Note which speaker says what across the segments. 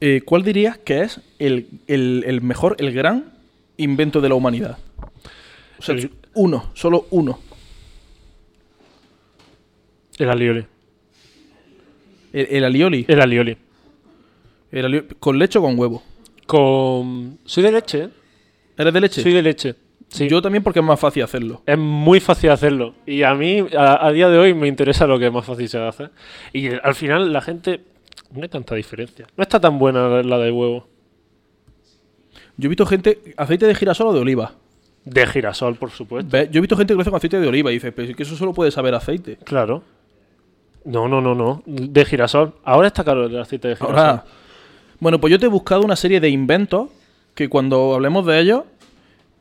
Speaker 1: eh, ¿cuál dirías que es el, el- el mejor, el gran invento de la humanidad? O sea,
Speaker 2: El-
Speaker 1: uno, solo uno.
Speaker 2: El alioli.
Speaker 1: El, el alioli.
Speaker 2: El alioli.
Speaker 1: El alioli- ¿Con leche o con huevo?
Speaker 2: Con... Soy de leche, ¿eh?
Speaker 1: ¿Eres de leche?
Speaker 2: Soy de leche. Sí.
Speaker 1: Yo también porque es más fácil hacerlo.
Speaker 2: Es muy fácil hacerlo. Y a mí, a, a día de hoy, me interesa lo que más fácil se hace. Y eh, al final, la gente. No hay tanta diferencia. No está tan buena la- la de huevo.
Speaker 1: Yo he visto gente, aceite de girasol o de oliva.
Speaker 2: De girasol, por supuesto.
Speaker 1: Ve, Yo he visto gente que lo hace con aceite de oliva y dice, pero es que eso solo puede saber aceite.
Speaker 2: Claro. No, no, no, no. De girasol. Ahora está caro el aceite de girasol.
Speaker 1: Ahora, bueno, pues yo te he buscado una serie de inventos que cuando hablemos de ellos,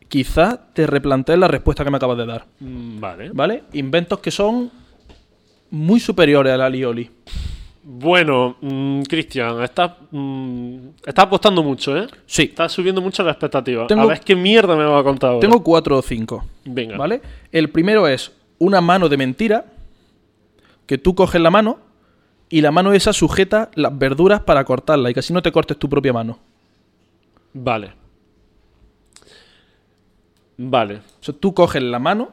Speaker 1: quizás te replantees la respuesta que me acabas de dar.
Speaker 2: Mm, Vale.
Speaker 1: ¿Vale? Inventos que son muy superiores al alioli.
Speaker 2: Bueno, mm, Cristian, estás, mm, estás apostando mucho, ¿eh?
Speaker 1: Sí.
Speaker 2: Estás subiendo mucho la expectativa.
Speaker 1: Tengo-
Speaker 2: A ver qué mierda me va a contar ahora.
Speaker 1: Tengo cuatro o cinco.
Speaker 2: Venga.
Speaker 1: ¿Vale? El primero es una mano de mentira, que tú coges la mano y la mano esa sujeta las verduras para cortarla y que así no te cortes tu propia mano.
Speaker 2: Vale. Vale.
Speaker 1: O sea, tú coges la mano,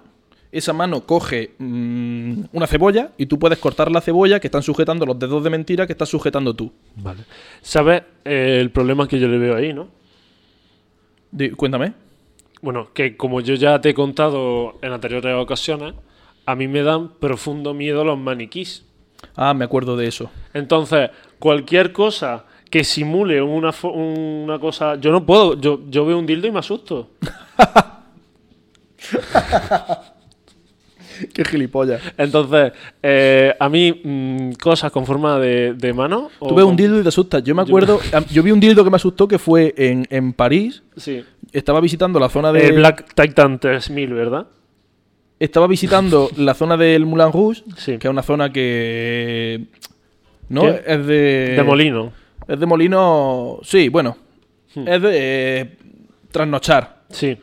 Speaker 1: esa mano coge mm, una cebolla y tú puedes cortar la cebolla que están sujetando los dedos de mentira que estás sujetando tú.
Speaker 2: Vale. ¿Sabes eh, el problema que yo le veo ahí, no?
Speaker 1: Di- cuéntame.
Speaker 2: Bueno, que como yo ya te he contado en anteriores ocasiones, a mí me dan profundo miedo los maniquís.
Speaker 1: Ah, me acuerdo de eso.
Speaker 2: Entonces, cualquier cosa que simule una, fo- una cosa... Yo no puedo, yo, yo veo un dildo y me asusto.
Speaker 1: Qué gilipollas.
Speaker 2: Entonces, eh, a mí mm, cosas con forma de, de mano... o
Speaker 1: Tú ves un
Speaker 2: con-
Speaker 1: dildo y te asustas. Yo me acuerdo, a- yo vi un dildo que me asustó que fue en, en París.
Speaker 2: Sí.
Speaker 1: Estaba visitando la zona de.
Speaker 2: El Eh, Black Titan 3000, ¿verdad?
Speaker 1: Estaba visitando la zona del Moulin Rouge,
Speaker 2: Sí.
Speaker 1: que es una zona que. ¿No?
Speaker 2: ¿Qué?
Speaker 1: Es de.
Speaker 2: de Molino. Hmm.
Speaker 1: Es de molino. Sí, bueno. Es de. eh, trasnochar.
Speaker 2: Sí,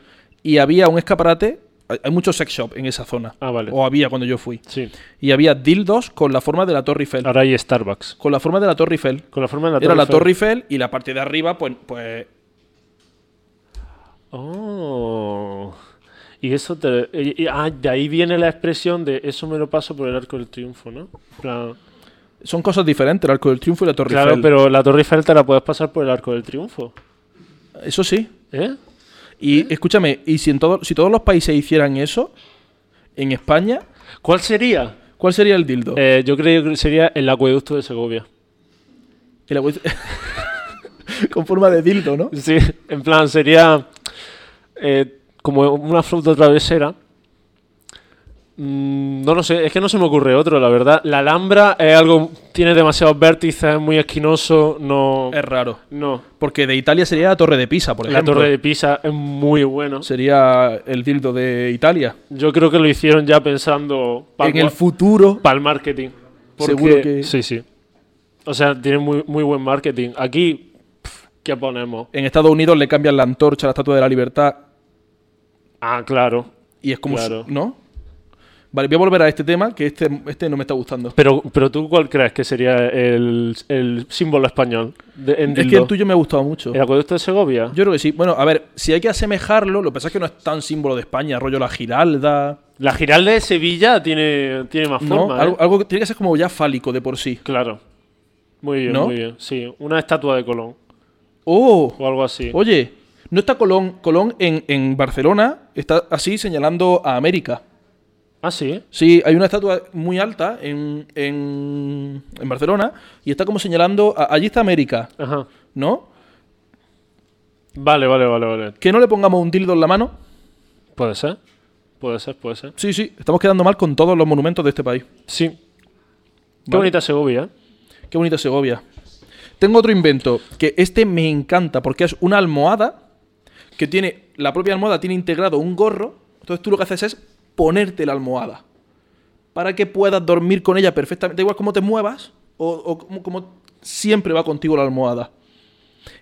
Speaker 1: y había un escaparate. hay- Hay muchos sex shop en esa zona.
Speaker 2: Ah, vale.
Speaker 1: O había cuando yo fui.
Speaker 2: sí.
Speaker 1: Y había dildos con la forma de la Torre Eiffel.
Speaker 2: Ahora hay Starbucks.
Speaker 1: Con la forma de la Torre Eiffel.
Speaker 2: Con la forma de la
Speaker 1: Era la
Speaker 2: Eiffel.
Speaker 1: Torre Eiffel y la parte de arriba, pues, pues
Speaker 2: Oh. Y eso te. y- y- ah, de ahí viene la expresión de eso me lo paso por el arco del triunfo, ¿no? En plan-
Speaker 1: son cosas diferentes, el Arco del Triunfo y la Torre
Speaker 2: claro,
Speaker 1: Eiffel.
Speaker 2: pero la Torre Eiffel te la puedes pasar por el arco del triunfo.
Speaker 1: Eso sí.
Speaker 2: ¿Eh?
Speaker 1: Y escúchame, y si, en todo- si todos los países hicieran eso, en España,
Speaker 2: ¿Cuál sería?
Speaker 1: ¿cuál sería el dildo?
Speaker 2: Eh, yo creo que sería el acueducto de Segovia.
Speaker 1: El agua- con forma de dildo, ¿no?
Speaker 2: Sí, en plan, sería eh, como una flauta travesera. Mm, No lo sé, es que no se me ocurre otro, la verdad. La Alhambra es algo, tiene demasiados vértices, es muy esquinoso, no...
Speaker 1: Es raro.
Speaker 2: No,
Speaker 1: Porque de Italia sería la Torre de Pisa, Er, por
Speaker 2: La
Speaker 1: ejemplo.
Speaker 2: torre de Pisa es muy bueno.
Speaker 1: Sería el dildo de Italia.
Speaker 2: Yo creo que lo hicieron ya pensando para
Speaker 1: en el futuro.
Speaker 2: el marketing. Porque-
Speaker 1: Seguro que-
Speaker 2: Sí, sí. O sea, tienen muy, muy buen marketing. Aquí, pf, ¿qué ponemos?
Speaker 1: En Estados Unidos le cambian la antorcha a la Estatua de la Libertad
Speaker 2: Ah, claro.
Speaker 1: y es como... su-
Speaker 2: Claro.
Speaker 1: ¿No? Vale, voy a volver a este tema, que este, este no me está gustando.
Speaker 2: Pero, pero tú, ¿cuál crees que sería el, el símbolo español? de- en
Speaker 1: Es que
Speaker 2: dildo? Eh,
Speaker 1: el tuyo me ha gustado mucho.
Speaker 2: ¿El acueducto de Segovia?
Speaker 1: Yo creo que sí. Bueno, a ver, si hay que asemejarlo, lo que pasa es que no es tan símbolo de España, rollo la giralda...
Speaker 2: La Giralda de Sevilla tiene, tiene más
Speaker 1: ¿no?
Speaker 2: forma. ¿eh?
Speaker 1: algo, algo que tiene que ser como ya fálico de por sí.
Speaker 2: Claro. Muy bien,
Speaker 1: ¿No?
Speaker 2: muy bien. Sí, una estatua de Colón
Speaker 1: ¡Oh!
Speaker 2: o algo así.
Speaker 1: Oye, no está Colón. Colón en, en Barcelona está así señalando a América.
Speaker 2: Ah, sí.
Speaker 1: Sí, hay una estatua muy alta en, en, en Barcelona y está como señalando. a- allí está América,
Speaker 2: Ajá.
Speaker 1: ¿no?
Speaker 2: Vale, vale, vale, vale.
Speaker 1: Que no le pongamos un tildo en la mano.
Speaker 2: Puede ser. Puede ser, puede ser.
Speaker 1: Sí, sí, estamos quedando mal con todos los monumentos de este país.
Speaker 2: Sí. Qué
Speaker 1: Vale.
Speaker 2: bonita Segovia. ¿eh?
Speaker 1: Qué bonita Segovia. Tengo otro invento que este me encanta porque es una almohada que tiene. La propia almohada tiene integrado un gorro. Entonces tú lo que haces es ponerte la almohada para que puedas dormir con ella perfectamente. Da igual cómo te muevas o, o cómo, cómo siempre va contigo la almohada.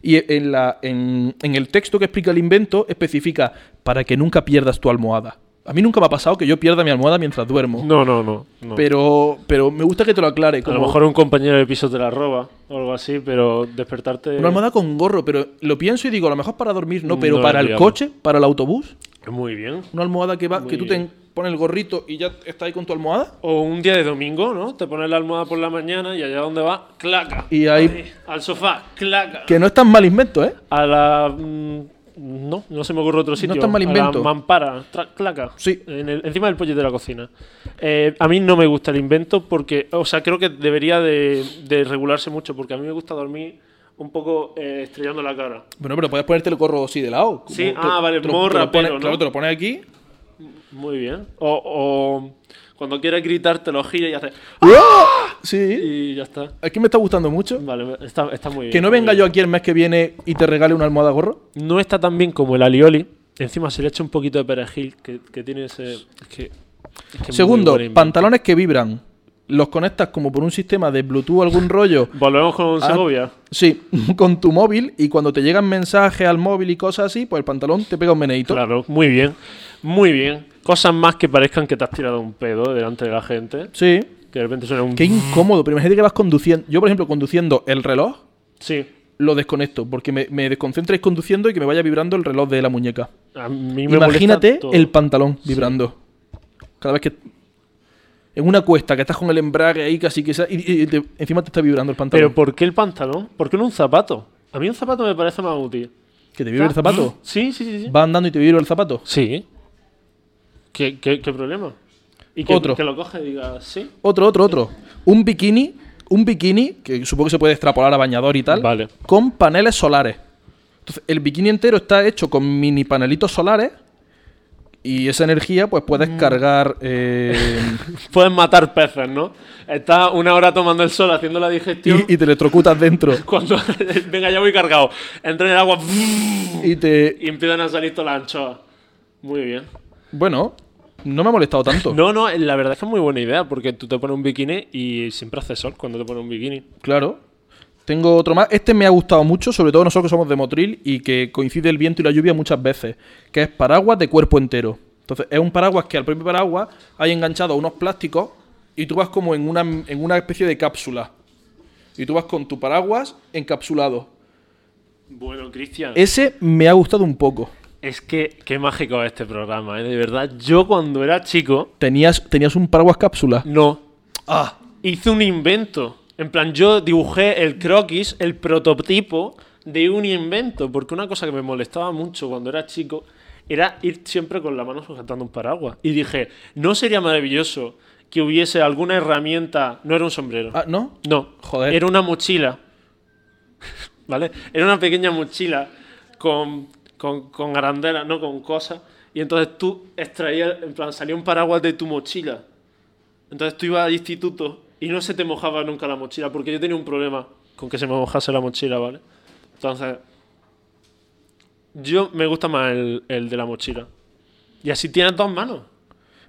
Speaker 1: Y e- en, la, en, en el texto que explica el invento especifica para que nunca pierdas tu almohada. A mí nunca me ha pasado que yo pierda mi almohada mientras duermo.
Speaker 2: No, no, no. no.
Speaker 1: Pero, pero me gusta que te lo aclare.
Speaker 2: a
Speaker 1: como
Speaker 2: lo mejor un compañero de piso te la roba o algo así, pero despertarte.
Speaker 1: Una almohada con gorro, pero lo pienso y digo, a lo mejor para dormir no, pero
Speaker 2: No,
Speaker 1: para el
Speaker 2: digamos.
Speaker 1: coche, para el autobús,
Speaker 2: Muy bien.
Speaker 1: una almohada que va,
Speaker 2: Muy
Speaker 1: que tú
Speaker 2: bien.
Speaker 1: te pones el gorrito y ya estás ahí con tu almohada.
Speaker 2: O un día de domingo, ¿no? Te pones la almohada por la mañana y allá donde va, claca.
Speaker 1: Y ahí-
Speaker 2: al sofá, claca.
Speaker 1: Que no es tan mal invento, ¿eh?
Speaker 2: A la. mm, No, no se me ocurre otro sitio.
Speaker 1: tan mal invento.
Speaker 2: A la mampara, tra- claca.
Speaker 1: Sí.
Speaker 2: En el- encima del pollo de la cocina. Eh, a mí no me gusta el invento porque. O sea, creo que debería de, de regularse mucho porque a mí me gusta dormir un poco eh, estrellando la cara.
Speaker 1: Bueno, pero puedes ponerte el gorro así de lado. como
Speaker 2: Sí,
Speaker 1: te-
Speaker 2: ah, vale,
Speaker 1: te lo-
Speaker 2: modo
Speaker 1: te lo pones-
Speaker 2: rapero, ¿no?
Speaker 1: Claro, te lo pones aquí.
Speaker 2: Muy bien. O, o cuando quieres gritar, te lo giras y haces.
Speaker 1: ¡Ah! Sí.
Speaker 2: Y ya está.
Speaker 1: Aquí me está gustando mucho.
Speaker 2: Vale, me- está, está muy bien.
Speaker 1: Que no
Speaker 2: muy
Speaker 1: venga
Speaker 2: bien.
Speaker 1: yo aquí el mes que viene y te regale una almohada gorro.
Speaker 2: No está tan bien como el alioli. Encima se le echa un poquito de perejil que, que tiene ese. Es que, es que es muy
Speaker 1: Segundo,
Speaker 2: buen invento.
Speaker 1: pantalones que vibran. Los conectas como por un sistema de Bluetooth o algún rollo.
Speaker 2: Volvemos con
Speaker 1: Ah,
Speaker 2: Segovia.
Speaker 1: Sí, con tu móvil y cuando te llegan mensajes al móvil y cosas así, pues el pantalón te pega un meneito.
Speaker 2: Claro, muy bien. Muy bien. Cosas más que parezcan que te has tirado un pedo delante de la gente.
Speaker 1: Sí.
Speaker 2: Que de repente suena un.
Speaker 1: Qué incómodo, pero imagínate que vas conduciendo. Yo, por ejemplo, conduciendo el reloj,
Speaker 2: Sí.
Speaker 1: lo desconecto, porque me, me desconcentréis conduciendo y que me vaya vibrando el reloj de la muñeca.
Speaker 2: A mí me
Speaker 1: Imagínate
Speaker 2: molesta todo.
Speaker 1: el pantalón vibrando. Cada vez que. En una cuesta que estás con el embrague ahí casi que. sa- Y, y- y te- encima te está vibrando el pantalón.
Speaker 2: Pero ¿por qué el pantalón? ¿Por qué no un zapato? A mí un zapato me parece más útil. Mm,
Speaker 1: ¿Que te vibra el zapato?
Speaker 2: Sí, sí, Ah. sí. sí.
Speaker 1: ¿Va andando y te vibra el zapato?
Speaker 2: Sí. ¿Qué, qué- qué problema? Y que,
Speaker 1: Otro.
Speaker 2: que lo coge y diga, sí.
Speaker 1: Otro, otro, otro. Un bikini. Un bikini, que supongo que se puede extrapolar a bañador y tal.
Speaker 2: Vale.
Speaker 1: Con paneles solares. Entonces, el bikini entero está hecho con mini panelitos solares. Y esa energía, pues puedes cargar. eh,
Speaker 2: Puedes matar peces, ¿no? Está una hora tomando el sol, haciendo la digestión.
Speaker 1: y, y te electrocutas dentro.
Speaker 2: Cuando venga, ya voy cargado. Entra en el agua
Speaker 1: Y te.
Speaker 2: y empiezan a salir todas las anchoas. Muy bien.
Speaker 1: Bueno, no me ha molestado tanto.
Speaker 2: No, no, la verdad es que es muy buena idea porque tú te pones un bikini y siempre hace sol cuando te pones un bikini.
Speaker 1: Claro. Tengo otro más. Este me ha gustado mucho, sobre todo nosotros que somos de Motril y que coincide el viento y la lluvia muchas veces, que es paraguas de cuerpo entero. Entonces, es un paraguas que al propio paraguas hay enganchado unos plásticos y tú vas como en una, en una especie de cápsula. Y tú vas con tu paraguas encapsulado.
Speaker 2: Bueno, Cristian. Es,
Speaker 1: Ese me ha gustado un poco.
Speaker 2: que qué mágico es este programa, ¿eh? De verdad, yo cuando era chico,
Speaker 1: Tenías, tenías un paraguas cápsula.
Speaker 2: no.
Speaker 1: Ah,
Speaker 2: Hice un invento. En plan, yo dibujé el croquis, el prototipo de un invento. Porque una cosa que me molestaba mucho cuando era chico era ir siempre con la mano sujetando un paraguas. Y dije, ¿no sería maravilloso que hubiese alguna herramienta? No era un sombrero.
Speaker 1: ah, ¿no?
Speaker 2: No,
Speaker 1: Joder.
Speaker 2: Era una mochila. ¿Vale? Era una pequeña mochila con, con, con arandelas, no con cosas. Y entonces tú extraías, en plan, salía un paraguas de tu mochila. Entonces tú ibas al instituto y no se te mojaba nunca la mochila, porque yo tenía un problema con que se me mojase la mochila, ¿vale? Entonces, yo me gusta más el, el de la mochila. Y así tienes dos manos.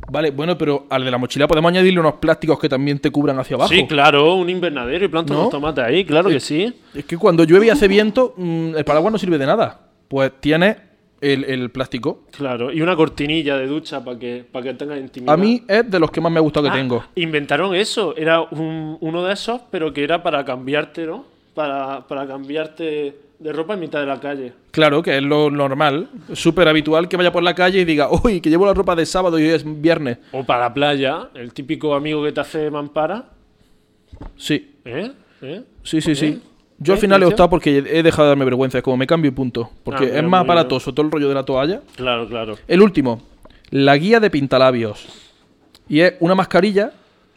Speaker 1: Vale, bueno, pero al de la mochila podemos añadirle unos plásticos que también te cubran hacia abajo.
Speaker 2: Sí, claro, un invernadero y plantas
Speaker 1: ¿No?
Speaker 2: unos tomates ahí, claro que sí.
Speaker 1: Es que cuando llueve y hace viento, mm, el paraguas no sirve de nada. Pues tiene el, el plástico.
Speaker 2: Claro, y una cortinilla de ducha para que, para que tengas intimidad.
Speaker 1: A mí es de los que más me ha gustado que
Speaker 2: Ah,
Speaker 1: tengo.
Speaker 2: Inventaron eso, era un- uno de esos, pero que era para cambiarte, ¿no? Para, para cambiarte de ropa en mitad de la calle.
Speaker 1: Claro, que es lo normal, súper habitual que vaya por la calle y diga, uy, que llevo la ropa de sábado y hoy es viernes.
Speaker 2: O para la playa, el típico amigo que te hace mampara.
Speaker 1: Sí,
Speaker 2: ¿Eh? ¿Eh?
Speaker 1: sí, sí, sí.
Speaker 2: ¿Eh?
Speaker 1: Yo al
Speaker 2: ¿Eh,
Speaker 1: final he
Speaker 2: Cristian?
Speaker 1: optado porque he dejado de darme vergüenza, es como me cambio y punto. Porque
Speaker 2: Ah,
Speaker 1: es
Speaker 2: pero
Speaker 1: más
Speaker 2: muy bien.
Speaker 1: aparatoso todo el rollo de la toalla.
Speaker 2: Claro, claro.
Speaker 1: El último, la guía de pintalabios. Y es una mascarilla,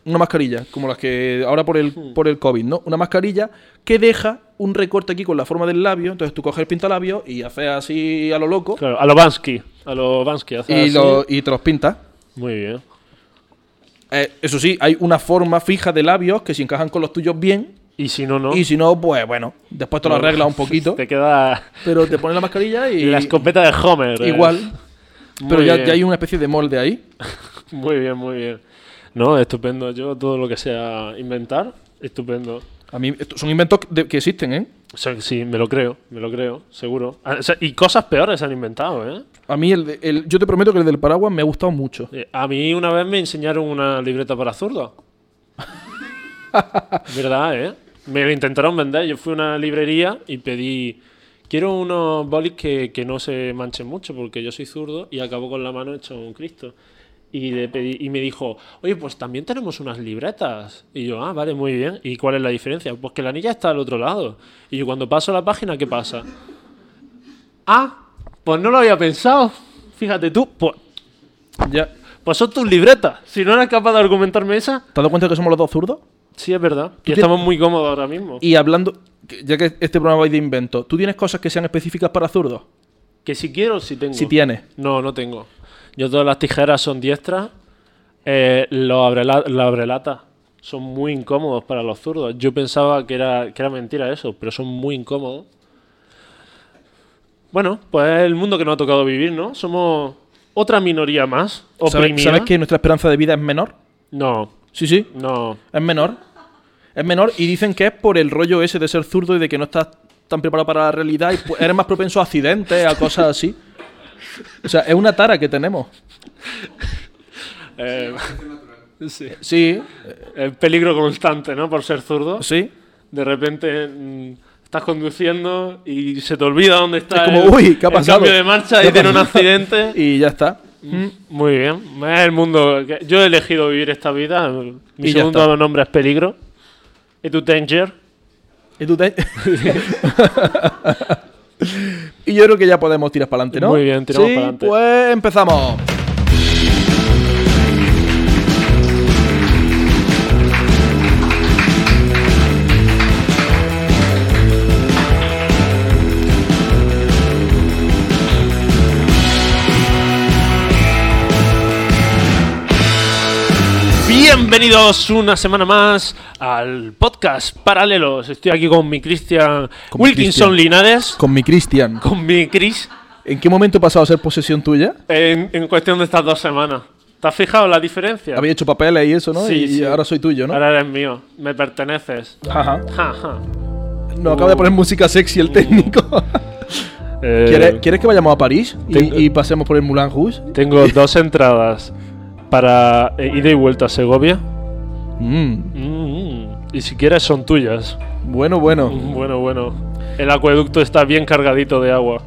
Speaker 1: una mascarilla, como las que ahora por el,
Speaker 2: Hmm.
Speaker 1: por el COVID, ¿no? Una mascarilla que deja un recorte aquí con la forma del labio. Entonces tú coges el pintalabios y haces así a lo loco
Speaker 2: Claro, a lo Bansky. A lo Bansky. hace
Speaker 1: y,
Speaker 2: así.
Speaker 1: lo- y te los pintas.
Speaker 2: Muy bien.
Speaker 1: Eh, eso sí, hay una forma fija de labios que si encajan con los tuyos bien.
Speaker 2: Y si no, este no.
Speaker 1: Y si no, pues bueno, después te lo arreglas un poquito.
Speaker 2: Te queda
Speaker 1: Pero te pones la mascarilla y
Speaker 2: la escopeta de Homer. ¿eh?
Speaker 1: igual.
Speaker 2: Muy
Speaker 1: Pero ya,
Speaker 2: bien.
Speaker 1: ya hay una especie de molde ahí.
Speaker 2: Muy bien, muy bien. No, estupendo. Yo todo lo que sea inventar, estupendo.
Speaker 1: A mí, estos son inventos de- que existen, ¿eh?
Speaker 2: O sea, sí, me lo creo, me lo creo, seguro. Ah, o sea, y cosas peores se han inventado, ¿eh?
Speaker 1: A mí, el, de- el- yo te prometo que el del paraguas me ha gustado mucho.
Speaker 2: Eh, A mí una vez me enseñaron una libreta para zurdos. ¿Verdad, eh? Me lo intentaron vender. Yo fui a una librería y pedí. Quiero unos bolis que, que no se manchen mucho porque yo soy zurdo y acabo con la mano hecho un Cristo. Y, le pedí, y me dijo, oye, pues también tenemos unas libretas. Y yo, ah, vale, muy bien. ¿Y cuál es la diferencia? Pues que la anilla está al otro lado. Y yo cuando paso la página, ¿qué pasa? Ah, pues no lo había pensado. Fíjate tú, pues
Speaker 1: Ya.
Speaker 2: pues son tus libretas. Si no eras capaz de argumentarme esa,
Speaker 1: ¿Te has dado cuenta que somos los dos zurdos?
Speaker 2: sí es verdad. Y estamos muy cómodos ahora mismo.
Speaker 1: Y hablando, que- ya que este programa va de invento, ¿tú tienes cosas que sean específicas para zurdos?
Speaker 2: Que si quiero, si tengo.
Speaker 1: Si tienes.
Speaker 2: No, no tengo. Yo todas las tijeras son diestras. Eh, los abrela- las abrelatas son muy incómodos para los zurdos. Yo pensaba que era, que era mentira eso, pero son muy incómodos. Bueno, pues es el mundo que nos ha tocado vivir, ¿no? Somos otra minoría más.
Speaker 1: ¿Sabes,
Speaker 2: Oprimida.
Speaker 1: sabes que nuestra esperanza de vida es menor?
Speaker 2: No,
Speaker 1: Sí, sí,
Speaker 2: no.
Speaker 1: es menor. Es menor y dicen que es por el rollo ese de ser zurdo y de que no estás tan preparado para la realidad y pues, eres más propenso a accidentes, a cosas así. O sea, es una tara que tenemos.
Speaker 2: Eh,
Speaker 1: Sí,
Speaker 2: es peligro constante, ¿no? Por ser zurdo.
Speaker 1: sí.
Speaker 2: De repente mm, estás conduciendo y se te olvida dónde está
Speaker 1: Es como,
Speaker 2: el,
Speaker 1: "Uy, ¿qué ha
Speaker 2: el
Speaker 1: pasado?".
Speaker 2: cambio de marcha
Speaker 1: ¿Qué
Speaker 2: y
Speaker 1: ha
Speaker 2: tiene un
Speaker 1: pasado?
Speaker 2: accidente. Mm,
Speaker 1: Y ya está.
Speaker 2: Muy bien, es el mundo. que- Yo he elegido vivir esta vida. Mi
Speaker 1: Y ya
Speaker 2: segundo
Speaker 1: está.
Speaker 2: nombre es Peligro. ¿Y tu Danger?
Speaker 1: Y tú te- y yo creo que ya podemos tirar para adelante, ¿no?
Speaker 2: Muy bien, tiramos
Speaker 1: Sí,
Speaker 2: pa'lante.
Speaker 1: Pues empezamos.
Speaker 2: Bienvenidos una semana más al podcast Paralelos. Estoy aquí con mi Cristian
Speaker 1: Con mi
Speaker 2: Wilkinson
Speaker 1: Cristian.
Speaker 2: Linares.
Speaker 1: Con mi Cristian.
Speaker 2: Con mi Chris.
Speaker 1: ¿En qué momento he pasado a ser posesión tuya?
Speaker 2: En, en cuestión de estas dos semanas. ¿Te has fijado la diferencia?
Speaker 1: Había hecho papeles y eso, ¿no?
Speaker 2: Sí,
Speaker 1: y
Speaker 2: sí.
Speaker 1: ahora soy tuyo, ¿no?
Speaker 2: Ahora eres mío, me perteneces.
Speaker 1: Ajá.
Speaker 2: Ja, ja. Uh.
Speaker 1: Nos acaba de poner música sexy el técnico. ¿Quieres, quieres que vayamos a París y,
Speaker 2: tengo-
Speaker 1: y pasemos por el Moulin Rouge?
Speaker 2: Eh, Tengo dos entradas para eh, ida y vuelta a Segovia.
Speaker 1: Mm,
Speaker 2: Mm, y si quieres son tuyas.
Speaker 1: bueno, bueno.
Speaker 2: Mm, Bueno, bueno. El acueducto está bien cargadito de agua.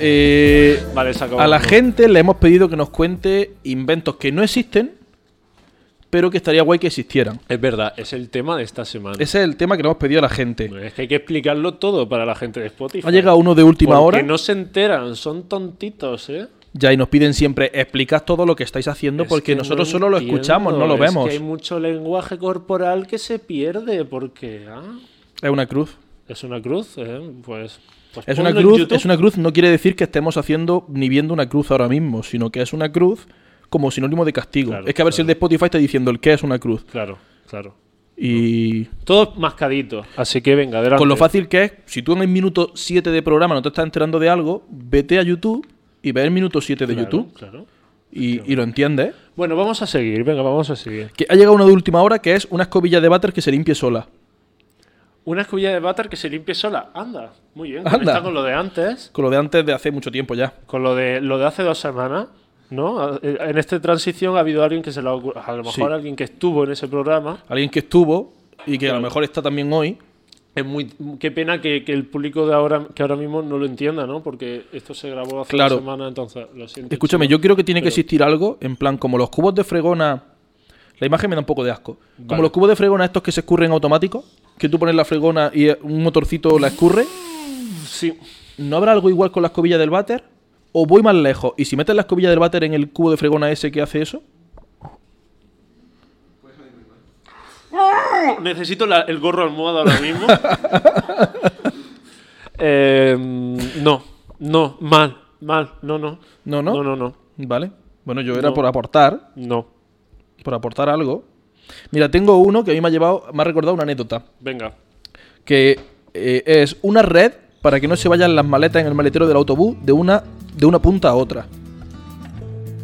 Speaker 1: Eh,
Speaker 2: Vale, se acabó.
Speaker 1: a la gente le hemos pedido que nos cuente inventos que no existen, pero que estaría guay que existieran.
Speaker 2: Es verdad, es el tema de esta semana. Es,
Speaker 1: Ese es el tema que le hemos pedido a la gente.
Speaker 2: que hay que explicarlo todo para la gente de Spotify.
Speaker 1: Ha llegado uno de última
Speaker 2: Porque
Speaker 1: hora
Speaker 2: no se enteran, son tontitos, ¿eh?
Speaker 1: ya y nos piden siempre explicad todo lo que estáis haciendo
Speaker 2: Es
Speaker 1: porque
Speaker 2: que
Speaker 1: nosotros
Speaker 2: no
Speaker 1: solo lo
Speaker 2: entiendo,
Speaker 1: escuchamos, no lo
Speaker 2: es
Speaker 1: vemos.
Speaker 2: que hay mucho lenguaje corporal que se pierde porque ah,
Speaker 1: Es una cruz.
Speaker 2: es una cruz, ¿eh? Pues, pues
Speaker 1: Es una
Speaker 2: ponlo en
Speaker 1: cruz,
Speaker 2: YouTube.
Speaker 1: es una cruz no quiere decir que estemos haciendo ni viendo una cruz ahora mismo, sino que es una cruz como sinónimo de castigo.
Speaker 2: Claro,
Speaker 1: es que a ver si el de Spotify está diciendo el qué es una cruz.
Speaker 2: Claro, claro.
Speaker 1: Y
Speaker 2: Todo mascadito. Así que venga, adelante.
Speaker 1: con lo fácil que es, si tú en el minuto 7 de programa no te estás enterando de algo, vete a YouTube y ve el minuto 7 de
Speaker 2: Claro,
Speaker 1: YouTube
Speaker 2: Claro.
Speaker 1: y, y lo entiendes.
Speaker 2: Bueno, vamos a seguir, venga, vamos a seguir.
Speaker 1: Que ha llegado uno de última hora que es una escobilla de váter que se limpie sola.
Speaker 2: Una escobilla de váter que se limpie sola. Anda, muy bien.
Speaker 1: Anda.
Speaker 2: Está con lo de antes,
Speaker 1: Con lo de antes de hace mucho tiempo ya.
Speaker 2: con lo de lo de hace dos semanas, ¿no? Eh, En esta transición ha habido alguien que se lo ha ocurrido. A lo mejor
Speaker 1: Sí.
Speaker 2: alguien que estuvo en ese programa.
Speaker 1: Alguien que estuvo y que a lo mejor está también hoy.
Speaker 2: Es muy qué pena que, que el público de ahora que ahora mismo no lo entienda, ¿no? Porque esto se grabó hace
Speaker 1: Claro.
Speaker 2: dos semanas, entonces lo siento.
Speaker 1: Escúchame,
Speaker 2: chicos.
Speaker 1: yo creo que tiene que
Speaker 2: pero-
Speaker 1: existir algo, en plan, como los cubos de fregona. La imagen me da un poco de asco. Como
Speaker 2: Vale.
Speaker 1: los cubos de fregona, estos que se escurren automáticos, que tú pones la fregona y eh, un motorcito la escurre.
Speaker 2: sí.
Speaker 1: ¿No habrá algo igual con la escobilla del váter? ¿O voy más lejos? ¿Y si metes la escobilla del váter en el cubo de fregona ese que hace eso?
Speaker 2: Necesito la- el gorro almohada ahora mismo. Eh, no, no, mal, mal, no, no.
Speaker 1: No, no.
Speaker 2: No, no, no.
Speaker 1: Vale. Bueno, yo era
Speaker 2: No.
Speaker 1: por aportar,
Speaker 2: no.
Speaker 1: por aportar algo. Mira, tengo uno que a mí me ha llevado, me ha recordado una anécdota.
Speaker 2: Venga.
Speaker 1: que eh, es una red para que no se vayan las maletas en el maletero del autobús de una, de una punta a otra.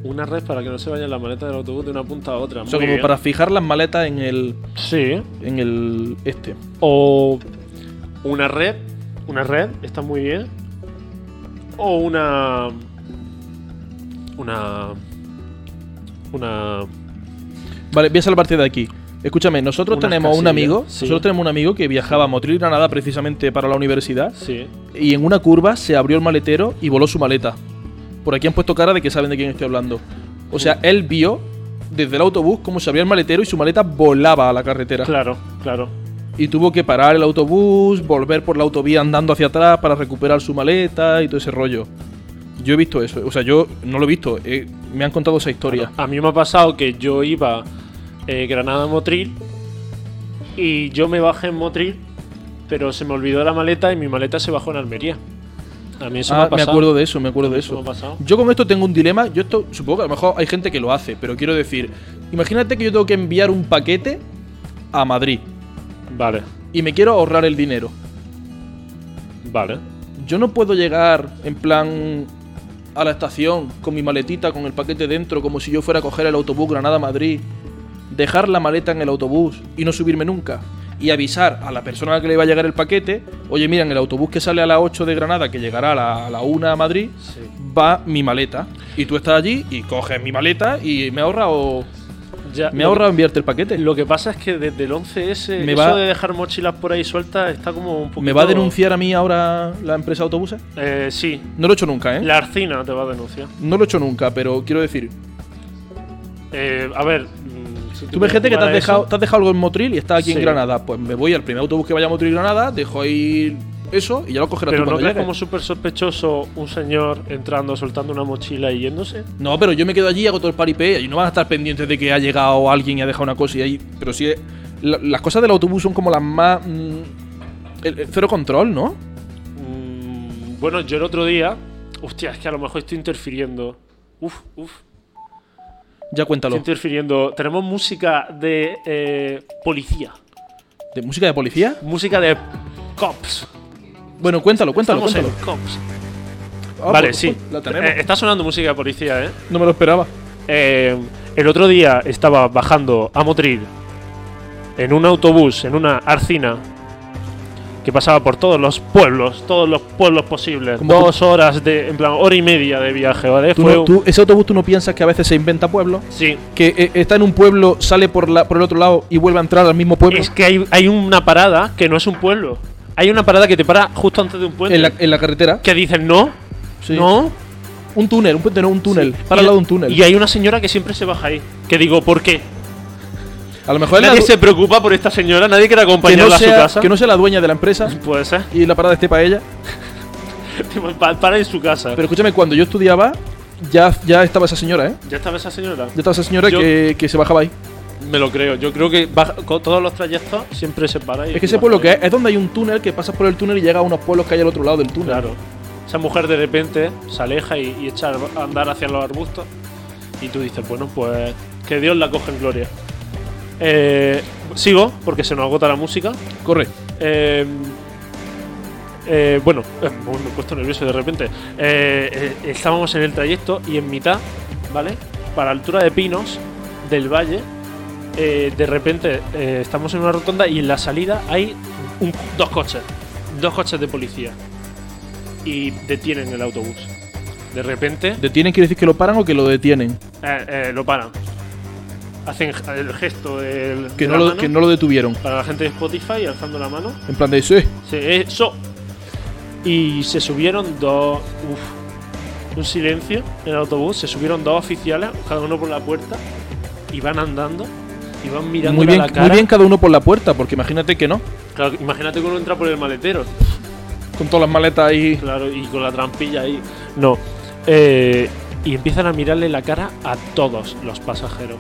Speaker 2: Una red para que no se vayan las maletas del autobús de una punta a otra.
Speaker 1: O sea,
Speaker 2: Muy
Speaker 1: como
Speaker 2: bien.
Speaker 1: para fijar las maletas en el.
Speaker 2: Sí.
Speaker 1: En el. Este.
Speaker 2: O una red. Una red, está muy bien. O una. Una. Una.
Speaker 1: Vale, voy a salvarte de aquí. Escúchame, nosotros
Speaker 2: Unas
Speaker 1: tenemos un
Speaker 2: casillas,
Speaker 1: amigo.
Speaker 2: sí.
Speaker 1: Nosotros tenemos un amigo que viajaba a Motril Granada precisamente para la universidad.
Speaker 2: Sí.
Speaker 1: Y en una curva se abrió el maletero y voló su maleta. Por aquí han puesto cara de que saben de quién estoy hablando. O sea, él vio desde el autobús cómo se abría el maletero y su maleta volaba a la carretera.
Speaker 2: Claro, claro.
Speaker 1: Y tuvo que parar el autobús, volver por la autovía andando hacia atrás para recuperar su maleta y todo ese rollo. Yo he visto eso, o sea, yo no lo he visto, eh, me han contado esa historia.
Speaker 2: A mí me ha pasado que yo iba eh, Granada Motril y yo me bajé en Motril, pero se me olvidó la maleta y mi maleta se bajó en Almería. A mí eso me
Speaker 1: Ah,
Speaker 2: ha
Speaker 1: me
Speaker 2: pasado.
Speaker 1: acuerdo de eso, me acuerdo de
Speaker 2: Eso me
Speaker 1: eso.
Speaker 2: ha pasado.
Speaker 1: Yo con esto tengo un dilema, yo esto supongo que a lo mejor hay gente que lo hace, pero quiero decir, imagínate que yo tengo que enviar un paquete a Madrid
Speaker 2: Vale,
Speaker 1: y me quiero ahorrar el dinero.
Speaker 2: vale.
Speaker 1: Yo no puedo llegar en plan a la estación con mi maletita, con el paquete dentro, como si yo fuera a coger el autobús Granada-Madrid, dejar la maleta en el autobús y no subirme nunca. Y avisar a la persona a la que le va a llegar el paquete, oye, mira, en el autobús que sale a las 8 de Granada, que llegará a la, a la 1 a Madrid,
Speaker 2: Sí.
Speaker 1: va mi maleta. Y tú estás allí y coges mi maleta y me ahorra o...
Speaker 2: Ya,
Speaker 1: Me
Speaker 2: lo-
Speaker 1: ahorra enviarte el paquete.
Speaker 2: Lo que pasa es que desde el 11S,
Speaker 1: Me
Speaker 2: eso
Speaker 1: va-
Speaker 2: de dejar mochilas por ahí sueltas está como un poquito.
Speaker 1: ¿Me va a denunciar a mí ahora la empresa de autobuses?
Speaker 2: Eh, sí.
Speaker 1: No lo he hecho nunca, ¿eh?
Speaker 2: La Arcina te va a denunciar.
Speaker 1: No lo he hecho nunca, pero quiero decir,
Speaker 2: Eh, a ver. mm, si
Speaker 1: Tú imagínate que te has,
Speaker 2: quieres
Speaker 1: dejado,
Speaker 2: jugar
Speaker 1: te has dejado algo en Motril y estás aquí en
Speaker 2: Sí.
Speaker 1: Granada. Pues me voy al primer autobús que vaya a Motril Granada, dejo ahí eso y ya lo
Speaker 2: a eso,
Speaker 1: cogerás
Speaker 2: Pero
Speaker 1: tú cuando
Speaker 2: no crees
Speaker 1: llegues.
Speaker 2: como súper sospechoso un señor entrando, soltando una mochila y yéndose.
Speaker 1: No, pero yo me quedo allí, hago todo el paripé y no van a estar pendientes de que ha llegado alguien y ha dejado una cosa y ahí. Pero sí, eh, la- las cosas del autobús son como las más. mm, el- el cero control, ¿no?
Speaker 2: Mm, bueno, yo el otro día. Hostia, es que a lo mejor estoy interfiriendo. Uf, uf.
Speaker 1: Ya
Speaker 2: Estoy
Speaker 1: cuéntalo.
Speaker 2: interfiriendo. Tenemos música de eh, policía.
Speaker 1: ¿De música de policía?
Speaker 2: Música de cops.
Speaker 1: Bueno, cuéntalo, cuéntalo,
Speaker 2: Estamos en
Speaker 1: cuéntalo.
Speaker 2: cops.
Speaker 1: Ah,
Speaker 2: vale,
Speaker 1: pues,
Speaker 2: sí.
Speaker 1: pues, La tenemos.
Speaker 2: Eh, está sonando música de policía, ¿eh?
Speaker 1: no me lo esperaba.
Speaker 2: Eh, El otro día estaba bajando a Motril en un autobús, en una arcina, que pasaba por todos los pueblos, todos los pueblos posibles.
Speaker 1: Como
Speaker 2: Dos horas de, en plan, hora y media de viaje, ¿vale?
Speaker 1: Tú
Speaker 2: Fue
Speaker 1: no-
Speaker 2: un-
Speaker 1: tú- ese autobús tú no piensas que a veces se inventa pueblo.
Speaker 2: Sí.
Speaker 1: Que eh, está en un pueblo, sale por, la, por el otro lado y vuelve a entrar al mismo pueblo.
Speaker 2: Es que hay, hay una parada que no es un pueblo. Hay una parada que te para justo antes de un puente.
Speaker 1: En la, en la carretera.
Speaker 2: Que dicen no,
Speaker 1: Sí.
Speaker 2: no,
Speaker 1: Un túnel, un puente, no, un túnel.
Speaker 2: Sí.
Speaker 1: Para
Speaker 2: Y-
Speaker 1: al lado de un túnel.
Speaker 2: Y hay una señora que siempre se baja ahí. Que digo, ¿por qué?
Speaker 1: a lo mejor es la
Speaker 2: Nadie
Speaker 1: du-
Speaker 2: se preocupa por esta señora, nadie quiere
Speaker 1: Pues que,
Speaker 2: acompañarla
Speaker 1: no
Speaker 2: a su
Speaker 1: sea,
Speaker 2: casa.
Speaker 1: que no sea la dueña de la empresa
Speaker 2: Puede ser.
Speaker 1: y la parada esté para ella.
Speaker 2: Tipo, pa- Para en su casa.
Speaker 1: Pero escúchame, cuando yo estudiaba, ya, ya estaba esa señora, ¿eh?
Speaker 2: ¿Ya estaba esa señora?
Speaker 1: Ya estaba esa señora
Speaker 2: Yo-
Speaker 1: que, que se bajaba ahí.
Speaker 2: Me lo creo. Yo creo que baja- con todos los trayectos siempre se para. y-
Speaker 1: Es que ese
Speaker 2: y
Speaker 1: pueblo
Speaker 2: baja
Speaker 1: que
Speaker 2: ahí.
Speaker 1: es, es donde hay un túnel que pasas por el túnel y llega a unos pueblos que hay al otro lado del túnel.
Speaker 2: Claro. Esa mujer de repente se aleja y, y echa a andar hacia los arbustos. Y tú dices, bueno, pues que Dios la coja en gloria. Eh, sigo, porque se nos agota la música.
Speaker 1: Corre.
Speaker 2: Eh, eh, bueno, eh, me he puesto nervioso de repente. Eh, eh, estábamos en el trayecto y en mitad, ¿vale? Para altura de pinos del valle, eh, de repente eh, estamos en una rotonda y en la salida hay un- dos coches, dos coches de policía. Y detienen el autobús. De repente
Speaker 1: ¿Detienen quiere decir que lo paran o que lo detienen?
Speaker 2: eh, eh, lo paran. Hacen el gesto del,
Speaker 1: Que, no
Speaker 2: de la
Speaker 1: lo,
Speaker 2: mano
Speaker 1: que no lo detuvieron.
Speaker 2: para la gente de Spotify alzando la mano.
Speaker 1: En plan de, sí,
Speaker 2: Sí, eso. Y se subieron dos. uf, un silencio en el autobús. Se subieron dos oficiales, cada uno por la puerta. Y van andando. Y van mirando
Speaker 1: muy bien,
Speaker 2: la cara.
Speaker 1: muy bien cada uno por la puerta, porque imagínate que no.
Speaker 2: Claro, imagínate que uno entra por el maletero.
Speaker 1: Con todas las maletas ahí.
Speaker 2: Claro, y con la trampilla ahí. No. eh, y empiezan a mirarle la cara a todos los pasajeros.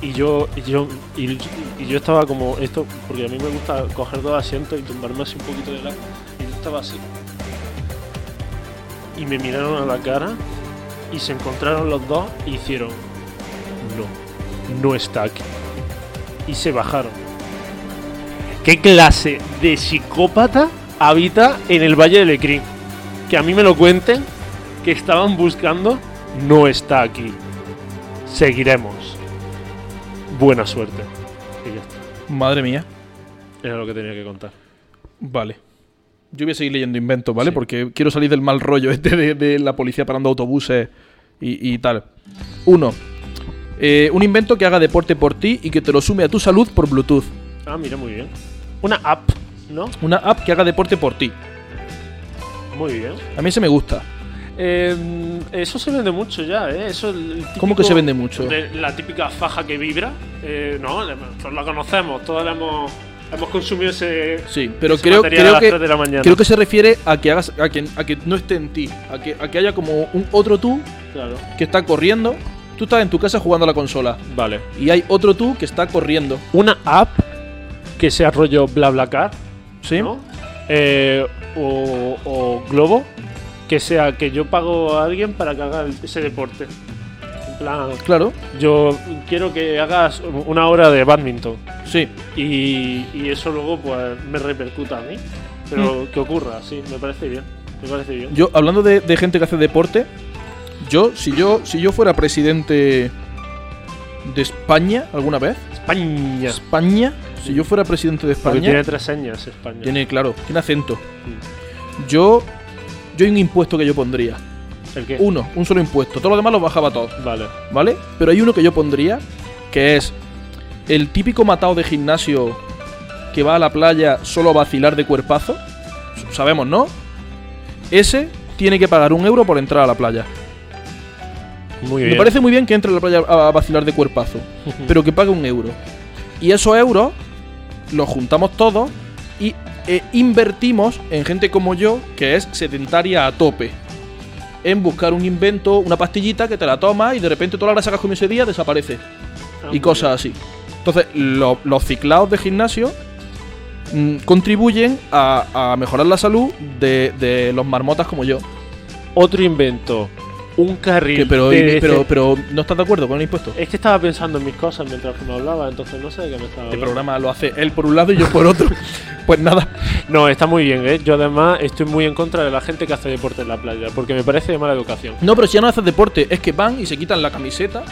Speaker 2: Y yo, y yo, y, y yo estaba como esto, porque a mí me gusta coger dos asientos y tumbarme así un poquito de lado. Y yo estaba así. Y me miraron a la cara y se encontraron los dos y hicieron, no, no está aquí. Y se bajaron. ¿Qué clase de psicópata habita en el Valle del Ecrín? Que a mí me lo cuenten, que estaban buscando no está aquí. Seguiremos. Buena suerte. Y ya está.
Speaker 1: Madre mía.
Speaker 2: Era lo que tenía que contar.
Speaker 1: Vale. Yo voy a seguir leyendo inventos, ¿vale? Porque quiero salir del mal rollo este de, de la policía parando autobuses y, y tal. Uno. Eh, un invento que haga deporte por ti y que te lo sume a tu salud por Bluetooth.
Speaker 2: Ah, mira, muy bien. Una app, ¿no?
Speaker 1: Una app que haga deporte por ti.
Speaker 2: Muy bien.
Speaker 1: A mí se me gusta.
Speaker 2: Eh, eso se vende mucho ya, ¿eh? Eso es el
Speaker 1: ¿Cómo
Speaker 2: típico-
Speaker 1: que se vende mucho?
Speaker 2: de la típica faja que vibra. Eh, no, la- todos la conocemos, todos la hemos, hemos consumido ese.
Speaker 1: Sí, pero
Speaker 2: ese
Speaker 1: creo,
Speaker 2: material a
Speaker 1: creo,
Speaker 2: las 3 de la
Speaker 1: que,
Speaker 2: mañana.
Speaker 1: creo que se refiere a que, hagas, a, que, a que no esté en ti, a que, a que haya como un otro tú
Speaker 2: Claro.
Speaker 1: que está corriendo. Tú estás en tu casa jugando a la consola
Speaker 2: Vale.
Speaker 1: y hay otro tú que está corriendo.
Speaker 2: Una app que sea rollo BlaBlaCar,
Speaker 1: ¿Sí?
Speaker 2: ¿no? Eh, o, o Globo, que sea que yo pago a alguien para que haga el- ese deporte. En plan,
Speaker 1: Claro,
Speaker 2: yo quiero que hagas una hora de badminton.
Speaker 1: sí.
Speaker 2: y, y eso luego pues me repercuta a mí. Pero que ocurra, sí, me parece bien. Me parece bien.
Speaker 1: Mm. Yo, hablando de, de gente que hace deporte, yo, si yo, si yo fuera presidente de España alguna vez,
Speaker 2: España.
Speaker 1: España, si yo fuera presidente de
Speaker 2: Porque tiene
Speaker 1: España,
Speaker 2: tres señas España. Mm.
Speaker 1: tiene, claro, tiene acento. Yo, yo hay un impuesto que yo pondría.
Speaker 2: ¿El qué?
Speaker 1: Uno, un solo impuesto. Todo lo demás lo bajaba todo.
Speaker 2: Vale.
Speaker 1: ¿vale? Pero hay uno que yo pondría, que es el típico matado de gimnasio que va a la playa solo a vacilar de cuerpazo. S- Sabemos, ¿no? Ese tiene que pagar un euro por entrar a la playa.
Speaker 2: Muy
Speaker 1: Me parece muy bien que entre a la playa a vacilar de cuerpazo,
Speaker 2: Mm.
Speaker 1: pero que pague un euro. Y esos euros los juntamos todos y eh, invertimos en gente como yo, que es sedentaria a tope. En buscar un invento, una pastillita que te la tomas y de repente toda la grasa que has comido ese día desaparece
Speaker 2: Ah,
Speaker 1: y cosas así. Entonces, lo- los ciclados de gimnasio mm, contribuyen a, a mejorar la salud de, de los marmotas como yo.
Speaker 2: Otro invento. Un carril.
Speaker 1: Que- pero,
Speaker 2: de-
Speaker 1: pero, pero, ¿no estás de acuerdo con el impuesto?
Speaker 2: Es que estaba pensando en mis cosas mientras que me hablaba, entonces no sé de qué me estaba
Speaker 1: Este
Speaker 2: hablando.
Speaker 1: programa lo hace él por un lado y yo por otro. pues nada.
Speaker 2: No, está muy bien, ¿eh? Yo además estoy muy en contra de la gente que hace deporte en la playa, porque me parece de mala educación.
Speaker 1: No, pero si ya no haces deporte, es que van y se quitan la camiseta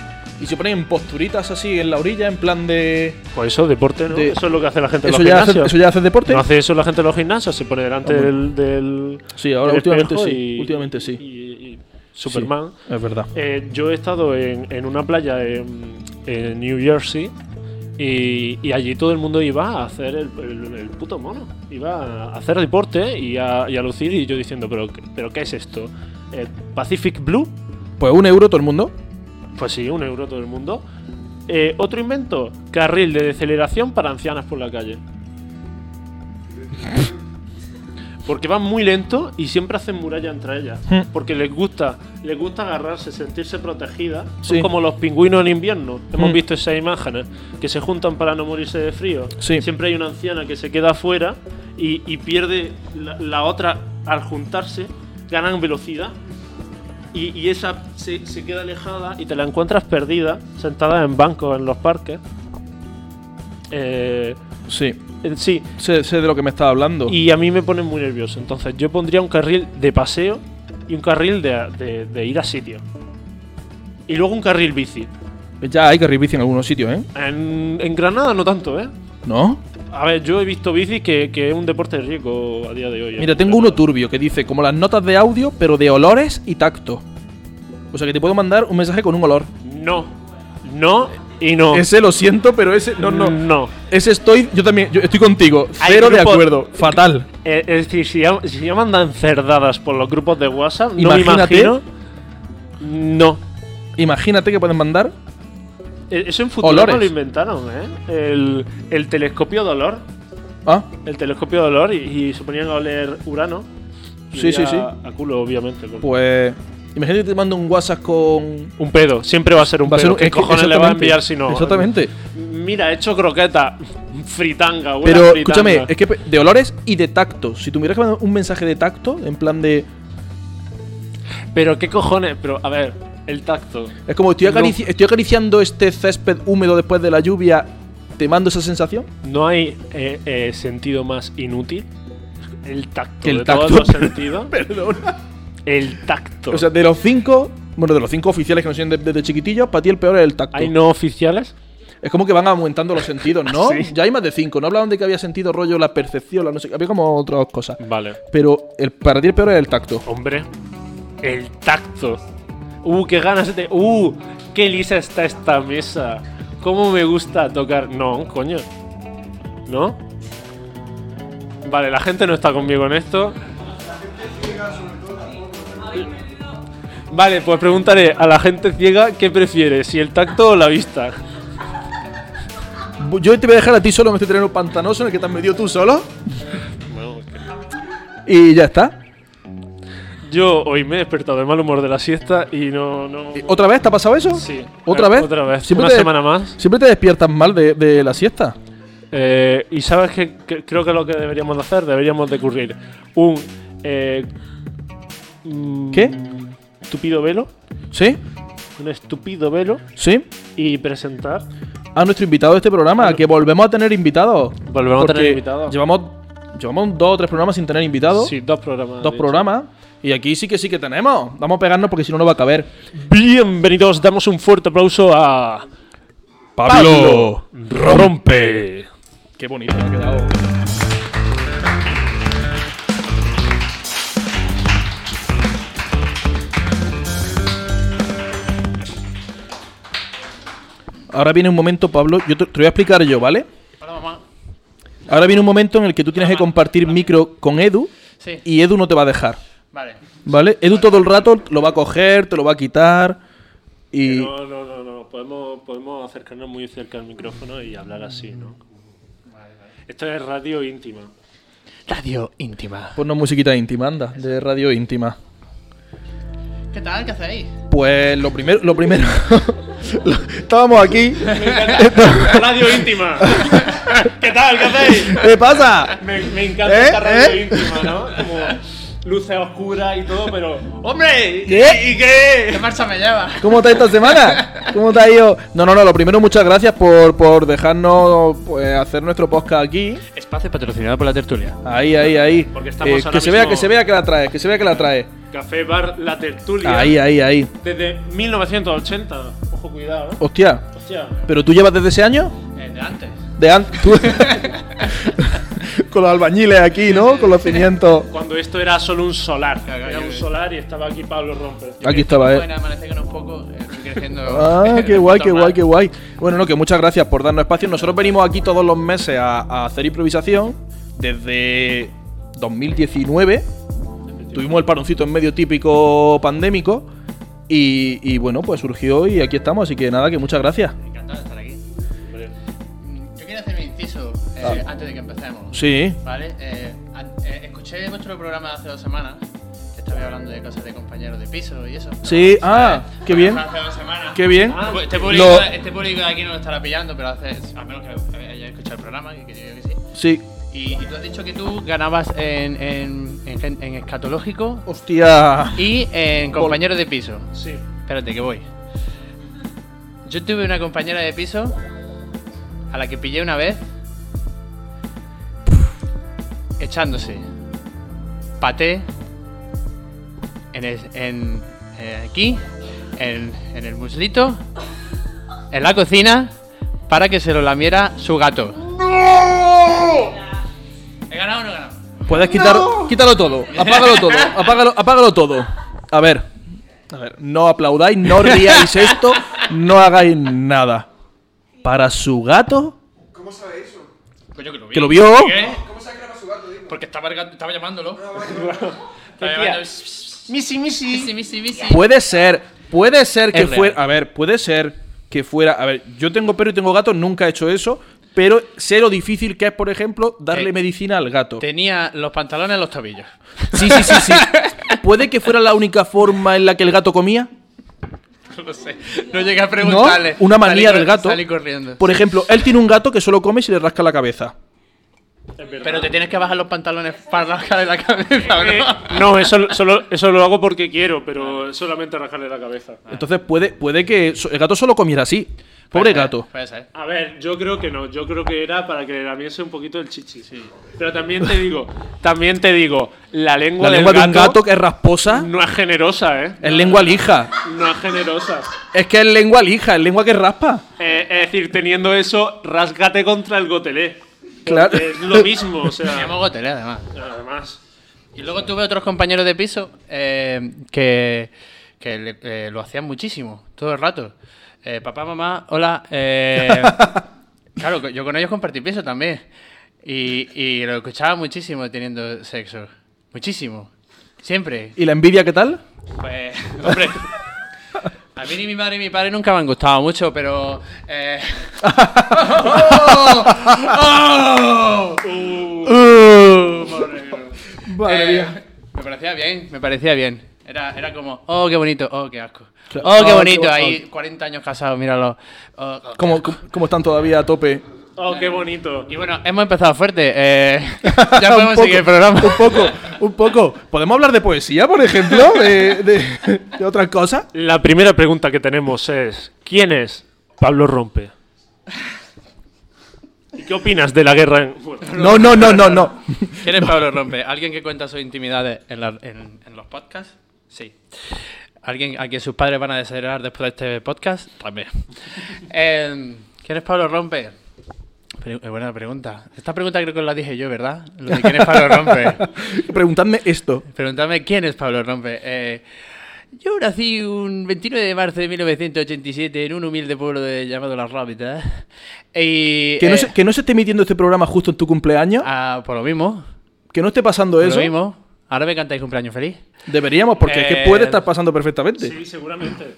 Speaker 1: y se ponen en posturitas así en la orilla, en plan de.
Speaker 2: Pues eso, deporte, ¿no?
Speaker 1: De-
Speaker 2: Eso es lo que hace la gente en
Speaker 1: ¿Eso
Speaker 2: los
Speaker 1: ya, hace,
Speaker 2: gimnasios.
Speaker 1: ¿Eso ya haces deporte?
Speaker 2: ¿No hace eso la gente en los gimnasios? Se pone delante
Speaker 1: Hombre.
Speaker 2: del, del-
Speaker 1: sí, ahora
Speaker 2: del
Speaker 1: últimamente
Speaker 2: espejo
Speaker 1: sí.
Speaker 2: y-
Speaker 1: últimamente sí.
Speaker 2: y- y Superman.
Speaker 1: Sí, es verdad.
Speaker 2: Eh, yo he estado en, en una playa en, en New Jersey y, y allí todo el mundo iba a hacer el, el- el puto mono. Iba a hacer deporte y a, y a lucir y yo diciendo, ¿pero, qué- pero qué es esto? Eh, ¿Pacific Blue?
Speaker 1: Pues un euro todo el mundo.
Speaker 2: Pues sí, un euro todo el mundo. Eh, Otro invento, carril de deceleración para ancianas por la calle. Porque van muy lento y siempre hacen muralla entre ellas.
Speaker 1: Hmm.
Speaker 2: Porque les gusta, les gusta agarrarse, sentirse protegidas. Son
Speaker 1: Sí.
Speaker 2: como los pingüinos en invierno. Hemos
Speaker 1: Hmm.
Speaker 2: visto esas imágenes que se juntan para no morirse de frío.
Speaker 1: Sí.
Speaker 2: Siempre hay una anciana que se queda afuera y, y pierde la, la otra al juntarse, ganan velocidad y, y esa se, se queda alejada y te la encuentras perdida, sentada en bancos en los parques. Eh,
Speaker 1: Sí.
Speaker 2: eh, sí,
Speaker 1: Sé, sé de lo que me estás hablando.
Speaker 2: y a mí me pone muy nervioso. Entonces, yo pondría un carril de paseo y un carril de, de- de ir a sitio. Y luego un carril bici.
Speaker 1: Ya hay carril bici en algunos sitios, ¿eh?
Speaker 2: En, en Granada no tanto, ¿eh?
Speaker 1: ¿No?
Speaker 2: A ver, yo he visto bici que, que es un deporte rico a día de hoy. ¿eh?
Speaker 1: Mira, tengo uno turbio que dice como las notas de audio, pero de olores y tacto. O sea que te puedo mandar un mensaje con un olor.
Speaker 2: No, no y no.
Speaker 1: Ese lo siento, pero ese. No, no.
Speaker 2: No.
Speaker 1: Ese estoy. Yo también. Yo estoy contigo.
Speaker 2: Hay
Speaker 1: Cero de
Speaker 2: grupos-
Speaker 1: acuerdo. Fatal.
Speaker 2: Eh, es decir, si ya, si ya mandan cerdadas por los grupos de WhatsApp, no me
Speaker 1: Imagínate.
Speaker 2: imagino. No.
Speaker 1: Imagínate que pueden mandar.
Speaker 2: Eh, Eso en futuro
Speaker 1: Olores.
Speaker 2: no lo inventaron, ¿eh? El, el telescopio de olor.
Speaker 1: Ah,
Speaker 2: El telescopio de olor y, y se ponían a oler Urano. Y
Speaker 1: Sí, sí,
Speaker 2: olía
Speaker 1: sí.
Speaker 2: A culo, obviamente. porque-
Speaker 1: pues. Imagínate que te mando un WhatsApp con.
Speaker 2: Un pedo, siempre va a ser un
Speaker 1: Va a ser
Speaker 2: pedo.
Speaker 1: un-
Speaker 2: ¿Qué
Speaker 1: es que-
Speaker 2: cojones le va a
Speaker 1: exactamente,
Speaker 2: enviar si no?
Speaker 1: Exactamente.
Speaker 2: Mira, he hecho croqueta. Fritanga, huele a
Speaker 1: Pero
Speaker 2: fritanga.
Speaker 1: escúchame, es que pe- de olores y de tacto. Si tuvieras que mandar un mensaje de tacto, en plan de.
Speaker 2: Pero qué cojones. Pero a ver, el tacto.
Speaker 1: Es como estoy,
Speaker 2: No.
Speaker 1: acarici- estoy acariciando este césped húmedo después de la lluvia. ¿Te mando esa sensación?
Speaker 2: No hay eh, eh, sentido más inútil. El tacto.
Speaker 1: Que el
Speaker 2: de
Speaker 1: tacto.
Speaker 2: todos los sentidos.
Speaker 1: Perdona.
Speaker 2: El tacto.
Speaker 1: O sea, de los cinco, Bueno, de los cinco oficiales que nos siguen de- desde chiquitillos, para ti el peor es el tacto.
Speaker 2: ¿Hay no oficiales?
Speaker 1: Es como que van aumentando los sentidos, ¿no?
Speaker 2: Sí.
Speaker 1: Ya hay más de cinco. No hablaban de que había sentido rollo la percepción, la no sé qué. Había como otras cosas.
Speaker 2: Vale.
Speaker 1: Pero el, para ti el peor es el tacto.
Speaker 2: Hombre, el tacto. Uh, qué ganas de. Uh, qué lisa está esta mesa. Cómo me gusta tocar. No, coño. ¿No? Vale, la gente no está conmigo en esto. Vale, pues preguntaré a la gente ciega qué prefiere, si el tacto o la vista.
Speaker 1: Bu- Yo te voy a dejar a ti solo en este terreno pantanoso en el que te has metido tú solo. Y ya está.
Speaker 2: Yo hoy me he despertado de mal humor de la siesta y no. no
Speaker 1: ¿Y ¿Otra vez te ha pasado eso?
Speaker 2: Sí.
Speaker 1: ¿Otra vez?
Speaker 2: Otra vez. Una
Speaker 1: te-
Speaker 2: semana más.
Speaker 1: Siempre te despiertas mal de, de la siesta.
Speaker 2: Eh, y sabes que, creo que lo que deberíamos de hacer, deberíamos de cubrir un eh, mm,
Speaker 1: ¿Qué?
Speaker 2: Estúpido velo,
Speaker 1: ¿Sí?
Speaker 2: un estúpido velo
Speaker 1: ¿Sí?
Speaker 2: y presentar.
Speaker 1: A nuestro invitado de este programa, que volvemos a tener invitados.
Speaker 2: Volvemos a
Speaker 1: Porque
Speaker 2: tener invitados.
Speaker 1: Llevamos, llevamos dos o tres programas sin tener invitados.
Speaker 2: Sí, dos programas.
Speaker 1: dos
Speaker 2: de hecho.
Speaker 1: programas. Y aquí sí que sí que tenemos. Vamos a pegarnos porque si no, no va a caber.
Speaker 2: Bienvenidos, damos un fuerte aplauso a Pablo, Rompe.
Speaker 1: Qué bonito me ha quedado. Ahora viene un momento, Pablo. Yo te, te lo voy a explicar yo, ¿vale?
Speaker 3: Hola, mamá.
Speaker 1: Ahora viene un momento en el que tú tienes que compartir micro con Edu
Speaker 3: Sí.
Speaker 1: y Edu no te va a dejar,
Speaker 3: Vale.
Speaker 1: ¿vale? Edu todo el rato lo va a coger, te lo va a quitar y...
Speaker 2: No, no, no, no. Podemos, podemos acercarnos muy cerca al micrófono y hablar así, ¿no? Esto es radio íntima.
Speaker 3: Radio íntima.
Speaker 1: Ponnos musiquita íntima, anda, de radio íntima.
Speaker 3: ¿Qué tal? ¿Qué hacéis?
Speaker 1: Pues lo primero, lo primero. lo- estábamos aquí.
Speaker 2: Radio íntima. ¿Qué tal? ¿Qué hacéis?
Speaker 1: ¿Qué pasa?
Speaker 2: Me, me encanta
Speaker 1: ¿Eh?
Speaker 2: esta radio
Speaker 1: ¿Eh?
Speaker 2: íntima, ¿no? Como luces oscuras y todo, pero. ¡Hombre! ¿Y
Speaker 1: ¿Qué?
Speaker 2: ¿Y qué?
Speaker 3: ¿Qué marcha me lleva?
Speaker 1: ¿Cómo está esta semana? ¿Cómo está ido? No, no, no, lo primero, muchas gracias por, por dejarnos pues, hacer nuestro podcast aquí.
Speaker 3: Espacio patrocinado por la tertulia.
Speaker 1: Ahí, ahí, ahí. Eh,
Speaker 2: Porque estamos ahora
Speaker 1: que se vea,
Speaker 2: mismo-
Speaker 1: que se vea que la trae, que se vea que la trae.
Speaker 2: Café Bar La Tertulia.
Speaker 1: Ahí, ahí, ahí.
Speaker 2: Desde 1980. Ojo, cuidado, ¿eh?
Speaker 1: Hostia,
Speaker 2: Hostia.
Speaker 1: ¿pero tú llevas desde ese año?
Speaker 2: Eh,
Speaker 3: de antes.
Speaker 1: De antes. Con los albañiles aquí, ¿no? Con los cimientos.
Speaker 2: Cuando esto era solo un solar.
Speaker 3: Claro,
Speaker 2: Era
Speaker 3: yo
Speaker 2: un
Speaker 3: que-
Speaker 2: solar y estaba aquí Pablo Romper.
Speaker 1: Aquí estaba, eh.
Speaker 3: Bueno, amanecer con un poco, eh, fui creciendo.
Speaker 1: Ah, qué
Speaker 3: de
Speaker 1: guay,
Speaker 3: puta
Speaker 1: qué guay,
Speaker 3: madre.
Speaker 1: qué guay. Bueno, no, que muchas gracias por darnos espacio. Nosotros venimos aquí todos los meses a, a hacer improvisación. Desde 2019 tuvimos el paroncito en medio típico pandémico. Y, y bueno, pues surgió y aquí estamos. Así que nada, que muchas gracias.
Speaker 3: Encantado de estar aquí.
Speaker 2: Hombre,
Speaker 3: Mm, Yo quería hacer mi inciso eh, antes de que empecemos.
Speaker 1: Ah. Sí,
Speaker 3: Vale, eh, an- eh, escuché vuestro programa hace dos semanas. Que estabais hablando de cosas de compañeros de piso y eso.
Speaker 1: sí, ah, qué bien,
Speaker 3: Hace dos semanas.
Speaker 1: qué bien.
Speaker 2: Ah,
Speaker 3: Pues Este público,
Speaker 1: Lo-
Speaker 3: este público de aquí no lo estará pillando, pero hace, a menos que haya escuchado el programa, que, que yo creo que sí.
Speaker 1: Sí,
Speaker 3: Y, y tú has dicho que tú ganabas en, en, en gen- en escatológico
Speaker 1: hostia.
Speaker 3: y en compañero de piso.
Speaker 2: Sí.
Speaker 3: Espérate, que voy. Yo tuve una compañera de piso a la que pillé una vez echándose paté en, el- en- eh, aquí, en, en el muslito, en la cocina, para que se lo lamiera su gato. ¿He ganado o no he ganado?
Speaker 1: Puedes quitar, quítalo todo, apágalo todo, apágalo, apágalo todo. A ver, a ver, no aplaudáis, no ríais esto, no hagáis nada. Para su gato,
Speaker 3: Coño, que lo vi.
Speaker 1: que lo vio.
Speaker 3: ¿Cómo se su gato? Ah, Porque estaba, el gato- estaba llamándolo.
Speaker 2: ¿Qué
Speaker 3: Estaba
Speaker 2: hacía?
Speaker 3: llamando. Missy, Missy. Missy, Missy, Missy.
Speaker 1: Puede ser, puede ser que
Speaker 3: Es real.
Speaker 1: fuera, a ver, puede ser que fuera, a ver, yo tengo perro y tengo gato, nunca he hecho eso, pero sé lo difícil que es, por ejemplo, darle
Speaker 3: Eh, Te-
Speaker 1: medicina al gato.
Speaker 3: Tenía los pantalones en los tobillos.
Speaker 1: Sí, sí, sí, sí. ¿Puede que fuera la única forma en la que el gato comía?
Speaker 3: No lo sé. No llegué a preguntarle.
Speaker 1: ¿No? Una manía
Speaker 3: Salí
Speaker 1: del
Speaker 3: cor-
Speaker 1: gato.
Speaker 3: Salí corriendo.
Speaker 1: Por ejemplo, él tiene un gato que solo come si le rasca la cabeza.
Speaker 2: Es verdad.
Speaker 3: Pero te tienes que bajar los pantalones para rascarle la cabeza,
Speaker 2: Eh,
Speaker 3: ¿no?
Speaker 2: no, eso, solo, eso lo hago porque quiero, pero solamente rajarle la cabeza.
Speaker 1: Entonces puede, puede que so- el gato solo comiera así. Pobre
Speaker 3: Puede ser,
Speaker 1: gato.
Speaker 3: Puede ser.
Speaker 2: A ver, yo creo que no. Yo creo que era para que le lamiese un poquito el chichi. Pero también te digo, También te digo, la lengua,
Speaker 1: La
Speaker 2: del
Speaker 1: lengua de
Speaker 2: gato,
Speaker 1: un gato que Ah. es rasposa
Speaker 2: no es generosa, ¿eh?
Speaker 1: es lengua lija.
Speaker 2: No es generosa.
Speaker 1: Es que es lengua lija, es lengua que raspa.
Speaker 2: Eh, es decir, teniendo eso, rásgate contra el gotelé.
Speaker 1: Claro.
Speaker 2: Es lo mismo, o sea.
Speaker 3: Me llamo Gotelé, ¿eh? además.
Speaker 2: Además.
Speaker 3: Y luego tuve otros compañeros de piso eh, que, que le- eh, lo hacían muchísimo, todo el rato. Eh, papá, mamá, hola. eh, claro, co- yo con ellos compartí piso también. Y, y lo escuchaba muchísimo teniendo sexo. Muchísimo. Siempre.
Speaker 1: ¿Y la envidia qué tal?
Speaker 3: Pues, hombre. A mí ni mi madre ni mi padre nunca me han gustado mucho, pero. eh, ¡Oh! ¡Oh!
Speaker 1: Madre
Speaker 3: Eh,
Speaker 1: mía.
Speaker 3: Me parecía bien, me parecía bien. Era, era como, oh, qué bonito, oh, qué asco.
Speaker 1: Claro.
Speaker 3: Oh, qué
Speaker 1: Oh,
Speaker 3: bonito,
Speaker 1: qué bo-
Speaker 3: ahí 40 años casados, míralo. Oh, oh.
Speaker 1: ¿Cómo, cómo- cómo están todavía a tope?
Speaker 2: Oh, qué bonito.
Speaker 3: Y bueno, hemos empezado fuerte. eh, ya podemos
Speaker 1: Un poco,
Speaker 3: seguir el programa.
Speaker 1: Un poco, un poco. ¿Podemos hablar de poesía, por ejemplo? ¿De, de, de otras cosas?
Speaker 2: La primera pregunta que tenemos es: ¿Quién es Pablo Rompe? ¿Y qué opinas de la guerra en.? Bueno,
Speaker 1: No, no, no, no, no.
Speaker 3: ¿Quién es Pablo Rompe? ¿Alguien que cuenta sus intimidades en, la- en- en los podcasts? Sí. ¿Alguien a quien sus padres van a desheredar después de este podcast? También. Eh, ¿Quién es Pablo Rompe? Pre- eh, buena pregunta. Esta pregunta creo que la dije yo, ¿verdad? Lo de quién es Pablo Rompe.
Speaker 1: Preguntadme esto.
Speaker 3: Preguntadme quién es Pablo Rompe. Eh, yo nací un 29 de marzo de 1987 en un humilde pueblo de- llamado Las Rábitas. Y,
Speaker 1: Que
Speaker 3: eh,
Speaker 1: no, se, que no se esté emitiendo este programa justo en tu cumpleaños.
Speaker 3: ah, por lo mismo.
Speaker 1: Que no esté pasando
Speaker 3: Por
Speaker 1: eso.
Speaker 3: lo mismo. Ahora me cantáis cumpleaños feliz.
Speaker 1: Deberíamos, porque es
Speaker 3: Eh,
Speaker 1: que puede estar pasando perfectamente.
Speaker 2: sí, seguramente.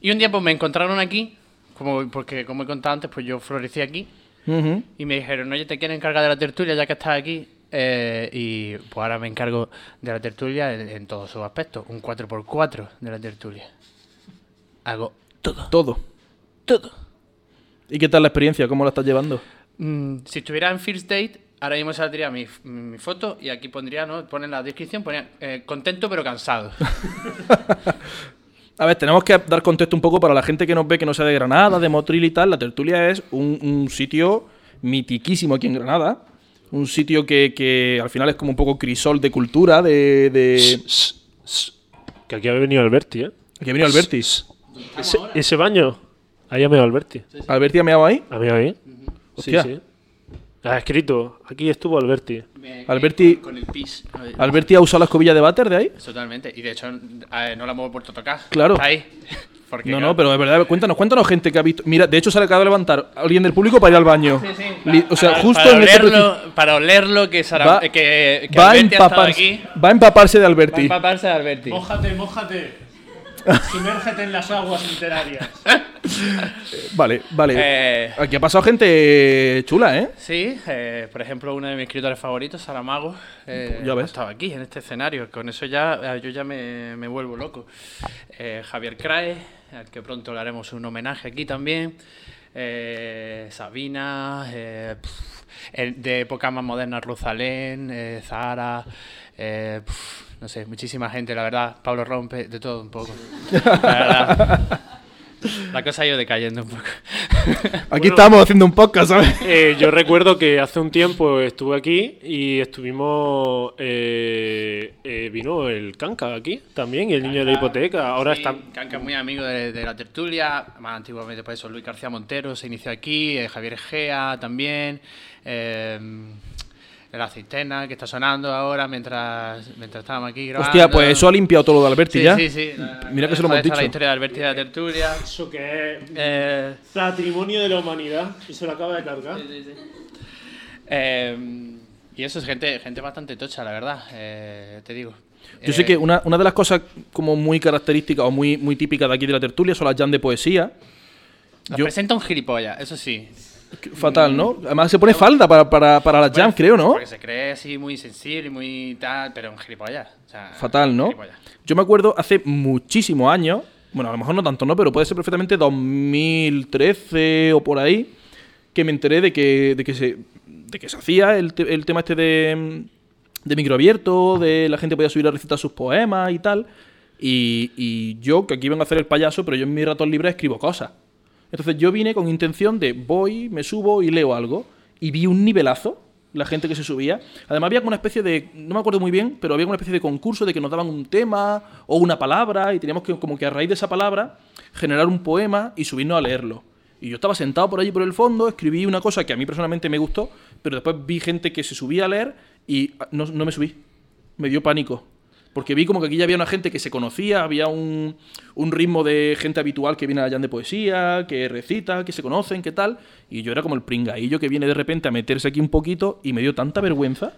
Speaker 3: Y un día pues me encontraron aquí, como, porque como he contado antes, pues yo florecí aquí.
Speaker 1: Ujú.
Speaker 3: Y me dijeron, oye, te quieren encargar de la tertulia ya que estás aquí. Eh, y pues ahora me encargo de la tertulia en, en todos sus aspectos. Un 4x4 de la tertulia. Hago todo,
Speaker 1: Todo.
Speaker 3: todo.
Speaker 1: ¿Y qué tal la experiencia? ¿Cómo la estás llevando?
Speaker 3: Mm, si estuviera en First Date, ahora mismo saldría mi, f- mi foto y aquí pondría, ¿no? Pone en la descripción, ponía eh, contento pero cansado.
Speaker 1: A ver, tenemos que dar contexto un poco para la gente que nos ve que no sea de Granada, de Motril y tal. La tertulia es un, un sitio mitiquísimo aquí en Granada. Un sitio que, que al final es como un poco crisol de cultura, de. de...
Speaker 2: Que aquí ha venido Alberti, ¿eh?
Speaker 1: Aquí ha venido Alberti.
Speaker 2: Ese, ese baño. Ahí ha venido Alberti.
Speaker 1: ¿Alberti ha meado ahí?
Speaker 2: ¿Ha venido ahí?
Speaker 1: Hostia.
Speaker 2: Ha escrito. Aquí estuvo Alberti.
Speaker 3: Me-
Speaker 1: Alberti-
Speaker 3: Con el pis.
Speaker 1: ¿Alberti ha usado la escobilla de váter de ahí?
Speaker 3: Totalmente. Y de hecho, eh, no la hemos vuelto a tocar.
Speaker 1: Claro.
Speaker 3: Está ahí. Porque,
Speaker 1: No,
Speaker 3: claro,
Speaker 1: no, pero es verdad, cuéntanos, cuéntanos gente que ha visto. Mira, de hecho se le acaba de levantar alguien del público para ir al baño.
Speaker 3: Sí, sí.
Speaker 1: Li- O sea,
Speaker 3: Para-
Speaker 1: justo
Speaker 3: para
Speaker 1: en este preci-
Speaker 3: olerlo, para olerlo que, Sara,
Speaker 1: Va-
Speaker 3: eh, que, que
Speaker 1: va, a
Speaker 3: Alberti ha estado aquí.
Speaker 1: empaparse, va a empaparse de
Speaker 3: Va a
Speaker 1: Alberti.
Speaker 3: empaparse de Alberti.
Speaker 2: Mójate, mójate. Sumérgete en las aguas literarias.
Speaker 1: Vale, vale.
Speaker 3: Eh,
Speaker 1: Aquí ha pasado gente chula, ¿eh?
Speaker 3: sí, eh, por ejemplo, uno de mis escritores favoritos, Saramago, eh,
Speaker 1: Ya ves.
Speaker 3: ha estado aquí en este escenario. Con eso ya eh, yo ya me, me vuelvo loco. Eh, Javier Crae, al que pronto le haremos un homenaje aquí también. Eh, Sabina, eh, pf, el de época más moderna, Rosalén, eh, Zahara, eh, pf, no sé, muchísima gente, la verdad. Pablo Rompe, de todo un poco. La verdad. La cosa ha ido decayendo un poco.
Speaker 1: Aquí estamos haciendo un podcast, ¿sabes?
Speaker 2: Eh, yo recuerdo que hace un tiempo estuve aquí y estuvimos. eh, eh, vino el Canca aquí también y el niño de la hipoteca. Ahora
Speaker 3: Sí,
Speaker 2: está.
Speaker 3: Canca es muy amigo de, de la tertulia, más antiguamente por eso Luis García Montero se inició aquí, eh, Javier Gea también, eh, la cisterna que está sonando ahora mientras, mientras estábamos aquí grabando.
Speaker 1: Hostia, pues eso ha limpiado todo lo de Alberti
Speaker 3: Sí,
Speaker 1: ya.
Speaker 3: sí, sí. la-
Speaker 1: Mira que se lo hemos
Speaker 3: está La
Speaker 1: dicho.
Speaker 3: historia de Alberti y de la tertulia.
Speaker 2: Eso que es
Speaker 3: Eh,
Speaker 2: patrimonio de la humanidad y se lo acaba de cargar.
Speaker 3: eh, y eso es gente, gente bastante tocha, la verdad, eh, te digo.
Speaker 1: Yo sé
Speaker 3: Eh,
Speaker 1: que una, una de las cosas como muy características o muy, muy típicas de aquí de la tertulia son las jam de poesía.
Speaker 3: Nos
Speaker 1: yo-
Speaker 3: presenta un gilipollas, eso sí.
Speaker 1: Que- Fatal, ¿no? Además
Speaker 3: Eh,
Speaker 1: se pone falda para, para, para las jam, creo, ¿no?
Speaker 3: Porque se cree así muy sensible y muy tal, pero un gilipollas. o sea,
Speaker 1: Fatal, ¿no?
Speaker 3: gilipollas.
Speaker 1: Yo me acuerdo hace muchísimos años, bueno, a lo mejor no tanto, ¿no? Pero puede ser perfectamente 2013 o por ahí, que me enteré de que, de que, se, de que se hacía el, te- el tema este de, de microabierto, de la gente podía subir a recitar sus poemas y tal. Y, y yo, que aquí vengo a hacer el payaso, pero yo en mi ratos libres escribo cosas. Entonces yo vine con intención de voy, me subo y leo algo. Y vi un nivelazo. la gente que se subía. Además había como una especie de, no me acuerdo muy bien, pero había como una especie de concurso de que nos daban un tema o una palabra y teníamos que como que a raíz de esa palabra generar un poema y subirnos a leerlo. Y yo estaba sentado por allí por el fondo, escribí una cosa que a mí personalmente me gustó, pero después vi gente que se subía a leer y ah, no, no me subí. Me dio pánico. Porque vi como que aquí ya había una gente que se conocía, había un, un ritmo de gente habitual que viene a Jan de poesía, que recita, que se conocen, que tal. Y yo era como el pringaillo que viene de repente a meterse aquí un poquito y me dio tanta vergüenza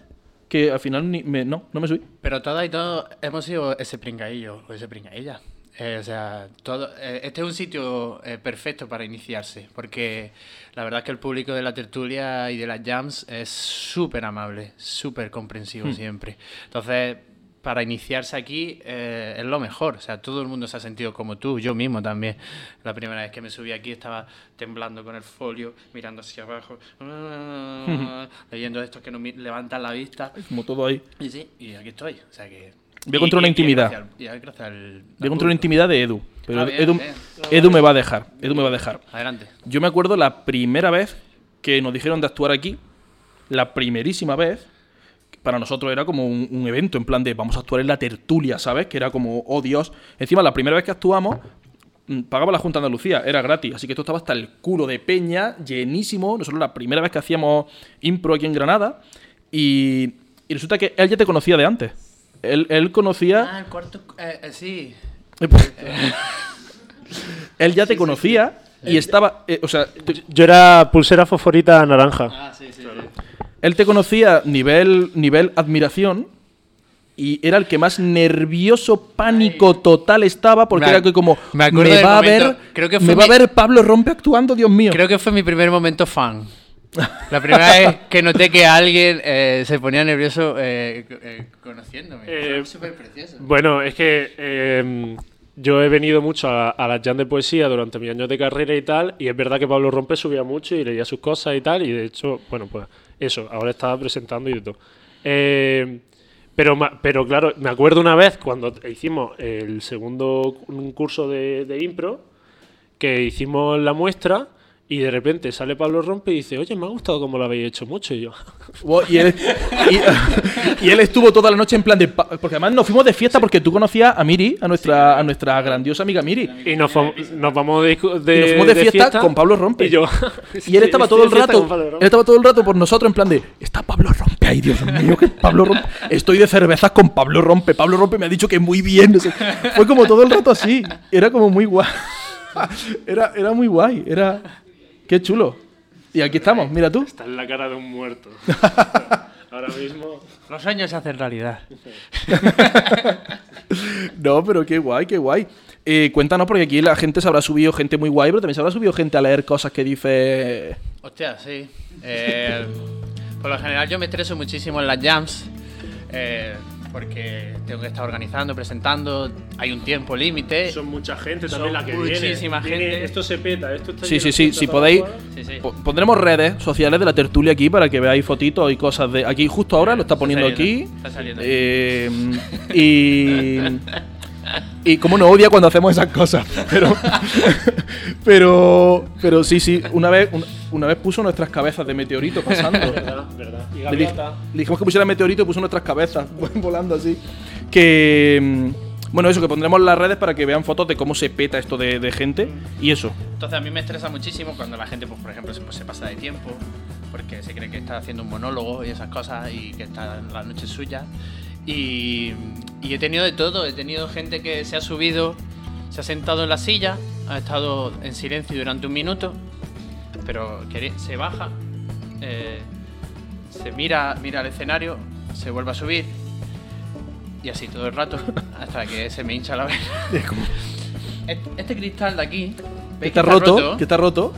Speaker 1: que al final ni me- no, no me subí.
Speaker 3: Pero todas y todos hemos sido ese pringaillo o ese pringailla. Eh, o sea, todo, eh, este es un sitio eh, perfecto para iniciarse, porque la verdad es que el público de la tertulia y de las jams es súper amable, súper comprensivo siempre. Entonces, para iniciarse aquí eh, es lo mejor. O sea, todo el mundo se ha sentido como tú, yo mismo también. La primera vez que me subí aquí estaba temblando con el folio, mirando hacia abajo, leyendo estos que no mi- levantan la vista.
Speaker 1: Como todo ahí.
Speaker 3: Y sí, y aquí estoy. O sea que.
Speaker 1: Voy a contar una intimidad.
Speaker 3: Voy a encontrar
Speaker 1: Voy a contar una intimidad de Edu. Pero
Speaker 3: Ah, bien,
Speaker 1: Edu,
Speaker 3: bien.
Speaker 1: Edu me va a dejar. Edu me va a dejar.
Speaker 3: Adelante.
Speaker 1: Yo me acuerdo la primera vez que nos dijeron de actuar aquí, la primerísima vez, que para nosotros era como un, un evento, en plan de vamos a actuar en la tertulia, ¿sabes? Que era como, oh Dios. Encima, la primera vez que actuamos, mm, pagaba la Junta de Andalucía, era gratis, así que esto estaba hasta el culo de peña, llenísimo. Nosotros la primera vez que hacíamos impro aquí en Granada, y, y resulta que él ya te conocía de antes. Él, él conocía.
Speaker 3: Ah, el cuarto. eh, eh, sí.
Speaker 1: él ya te conocía y estaba. eh, o sea, te-
Speaker 2: Yo era pulsera fosforita naranja.
Speaker 3: Ah, sí, sí.
Speaker 1: Él te conocía nivel, nivel admiración y era el que más nervioso, pánico total estaba porque
Speaker 3: Me ac-
Speaker 1: era que como
Speaker 3: me
Speaker 1: me,
Speaker 3: acuerdo del
Speaker 1: va a ver,
Speaker 3: momento, creo que fue
Speaker 1: me va a
Speaker 3: mi-
Speaker 1: ver Pablo Rompe actuando, Dios mío.
Speaker 3: Creo que fue mi primer momento fan. La primera vez que noté que alguien eh, se ponía nervioso eh, eh, conociéndome.
Speaker 2: Eh,
Speaker 3: Fue súper precioso.
Speaker 2: Bueno, es que eh, yo he venido mucho a, a las jam de poesía durante mis años de carrera y tal, y es verdad que Pablo Rompe subía mucho y leía sus cosas y tal, y de hecho, bueno, pues eso, ahora estaba presentando y de todo. Eh, pero, ma- pero claro, me acuerdo una vez cuando hicimos el segundo cu- un curso de, de impro, que hicimos la muestra. Y de repente sale Pablo Rompe y dice, oye, me ha gustado como lo habéis hecho mucho. Y yo,
Speaker 1: Wo- Y él, y- y él estuvo toda la noche en plan de... pa- Porque además nos fuimos de fiesta porque tú conocías a Miri, a nuestra, a nuestra grandiosa amiga Miri.
Speaker 2: Y nos, fam- nos vamos de, discu- de-
Speaker 1: Y nos fuimos de fiesta con Pablo Rompe.
Speaker 2: Y yo.
Speaker 1: Y él estaba
Speaker 2: Estoy
Speaker 1: todo
Speaker 2: de
Speaker 1: el
Speaker 2: fiesta
Speaker 1: rato,
Speaker 2: con Pablo
Speaker 1: él
Speaker 2: Rompe.
Speaker 1: estaba todo el rato por nosotros en plan de, está Pablo Rompe, ay Dios mío, que Pablo Rompe, estoy de cervezas con Pablo Rompe, Pablo Rompe me ha dicho que muy bien, no sé. fue como todo el rato así, era como muy guay, era, era muy guay, era, qué chulo. Y aquí estamos, mira tú.
Speaker 2: Está en la cara de un muerto. Ahora mismo.
Speaker 3: Los sueños se hacen realidad.
Speaker 1: No, pero qué guay, qué guay. Eh, cuéntanos, porque aquí la gente se habrá subido gente muy guay, pero también se habrá subido gente a leer cosas que dice...
Speaker 3: Hostia, sí. Eh, por lo general yo me estreso muchísimo en las jams eh, porque tengo que estar organizando, presentando, hay un tiempo límite.
Speaker 2: Son mucha gente
Speaker 3: Son
Speaker 2: también la que viene.
Speaker 3: muchísima
Speaker 2: Viene-
Speaker 3: gente.
Speaker 2: Esto se peta. Esto está
Speaker 1: Sí,
Speaker 2: lleno
Speaker 1: sí,
Speaker 2: de
Speaker 1: sí,
Speaker 2: gente
Speaker 1: si
Speaker 2: a todas
Speaker 1: podéis,
Speaker 2: horas.
Speaker 3: Sí, sí.
Speaker 1: Po- Pondremos redes sociales de la tertulia aquí para que veáis fotitos y cosas de. Aquí justo ahora lo está poniendo
Speaker 3: saliendo,
Speaker 1: aquí.
Speaker 3: está saliendo.
Speaker 1: Eh, y. Y cómo no odia cuando hacemos esas cosas. Pero. Pero. Pero sí, sí. Una vez, un- una vez puso nuestras cabezas de meteorito pasando.
Speaker 3: Ah,
Speaker 2: Verdad, verdad. Y
Speaker 1: Le, dij-
Speaker 2: gaviota.
Speaker 1: le dijimos que pusiera meteorito y puso nuestras cabezas volando así. Que. mm, Bueno, eso, que pondremos las redes para que vean fotos de cómo se peta esto de, de gente. Y eso.
Speaker 3: Entonces a mí me estresa muchísimo cuando la gente, pues, por ejemplo, se, pues, se pasa de tiempo, porque se cree que está haciendo un monólogo y esas cosas y que está en la noche suya. Y, y he tenido de todo, he tenido gente que se ha subido, se ha sentado en la silla, ha estado en silencio durante un minuto, pero que se baja, eh, se mira, mira al escenario, se vuelve a subir. Y así todo el rato, hasta que se me hincha la vena. Este, este cristal de aquí,
Speaker 1: Que
Speaker 3: ¿veis
Speaker 1: está roto. Que está roto.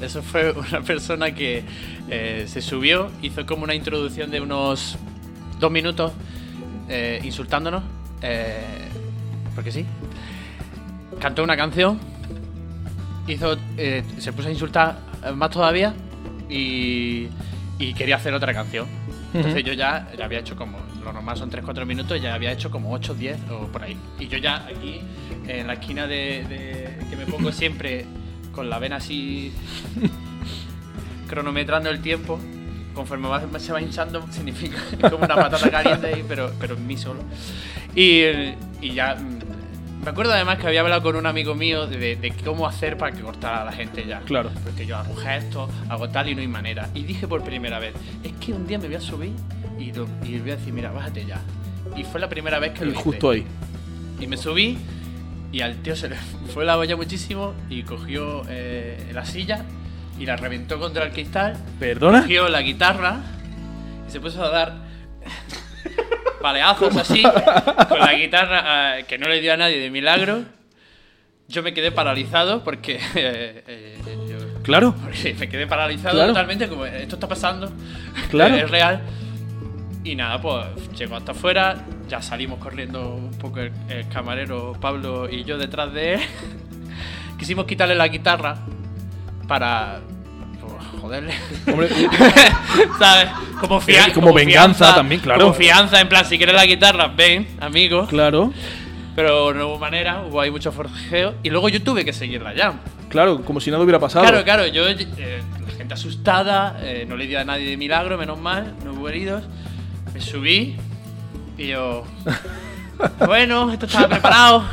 Speaker 3: eso fue una persona que eh, se subió, hizo como una introducción de unos dos minutos eh, insultándonos, eh, porque sí. Cantó una canción, hizo, eh, se puso a insultar eh, más todavía y, y quería hacer otra canción. Entonces yo ya, ya había hecho como, lo normal son 3-4 minutos, ya había hecho como 8, 10 o por ahí. Y yo ya aquí, en la esquina de, de- que me pongo siempre con la vena así cronometrando el tiempo, conforme va- se va hinchando, significa como una patata caliente ahí, pero, pero en mí solo. Y, eh, y ya. mm, Me acuerdo además que había hablado con un amigo mío de, de- de cómo hacer para que cortara a la gente ya.
Speaker 1: Claro.
Speaker 3: Porque yo hago gestos, hago tal y no hay manera. Y dije por primera vez, es que un día me voy a subir y, lo- y voy a decir, mira, bájate ya. Y fue la primera vez que lo
Speaker 1: Y
Speaker 3: hice.
Speaker 1: justo ahí.
Speaker 3: Y me subí y al tío se le fue la olla muchísimo y cogió eh, la silla y la reventó contra el cristal,
Speaker 1: ¿Perdona?
Speaker 3: cogió la guitarra y se puso a dar paleazos así con la guitarra eh, que no le dio a nadie de milagro. Yo me quedé paralizado porque, eh, eh, yo-
Speaker 1: Claro.
Speaker 3: porque me quedé paralizado
Speaker 1: Claro.
Speaker 3: totalmente como esto está pasando,
Speaker 1: Claro.
Speaker 3: es real. Y nada, pues llegó hasta afuera, ya salimos corriendo un poco el, el camarero Pablo y yo detrás de él. Quisimos quitarle la guitarra para pues, joderle.
Speaker 1: Hombre, eh,
Speaker 3: ¿Sabes? Como, fia-
Speaker 1: Y como venganza también, claro.
Speaker 3: Como fianza, en plan, si quieres la guitarra, ven, amigo.
Speaker 1: claro.
Speaker 3: Pero no hubo manera, hubo ahí mucho forjeo. Y luego yo tuve que seguir la jam.
Speaker 1: Claro, como si nada hubiera pasado.
Speaker 3: Claro, claro, yo, eh, la gente asustada, eh, no le di a nadie de milagro, menos mal, no hubo heridos. Me subí y yo. Bueno, esto estaba preparado.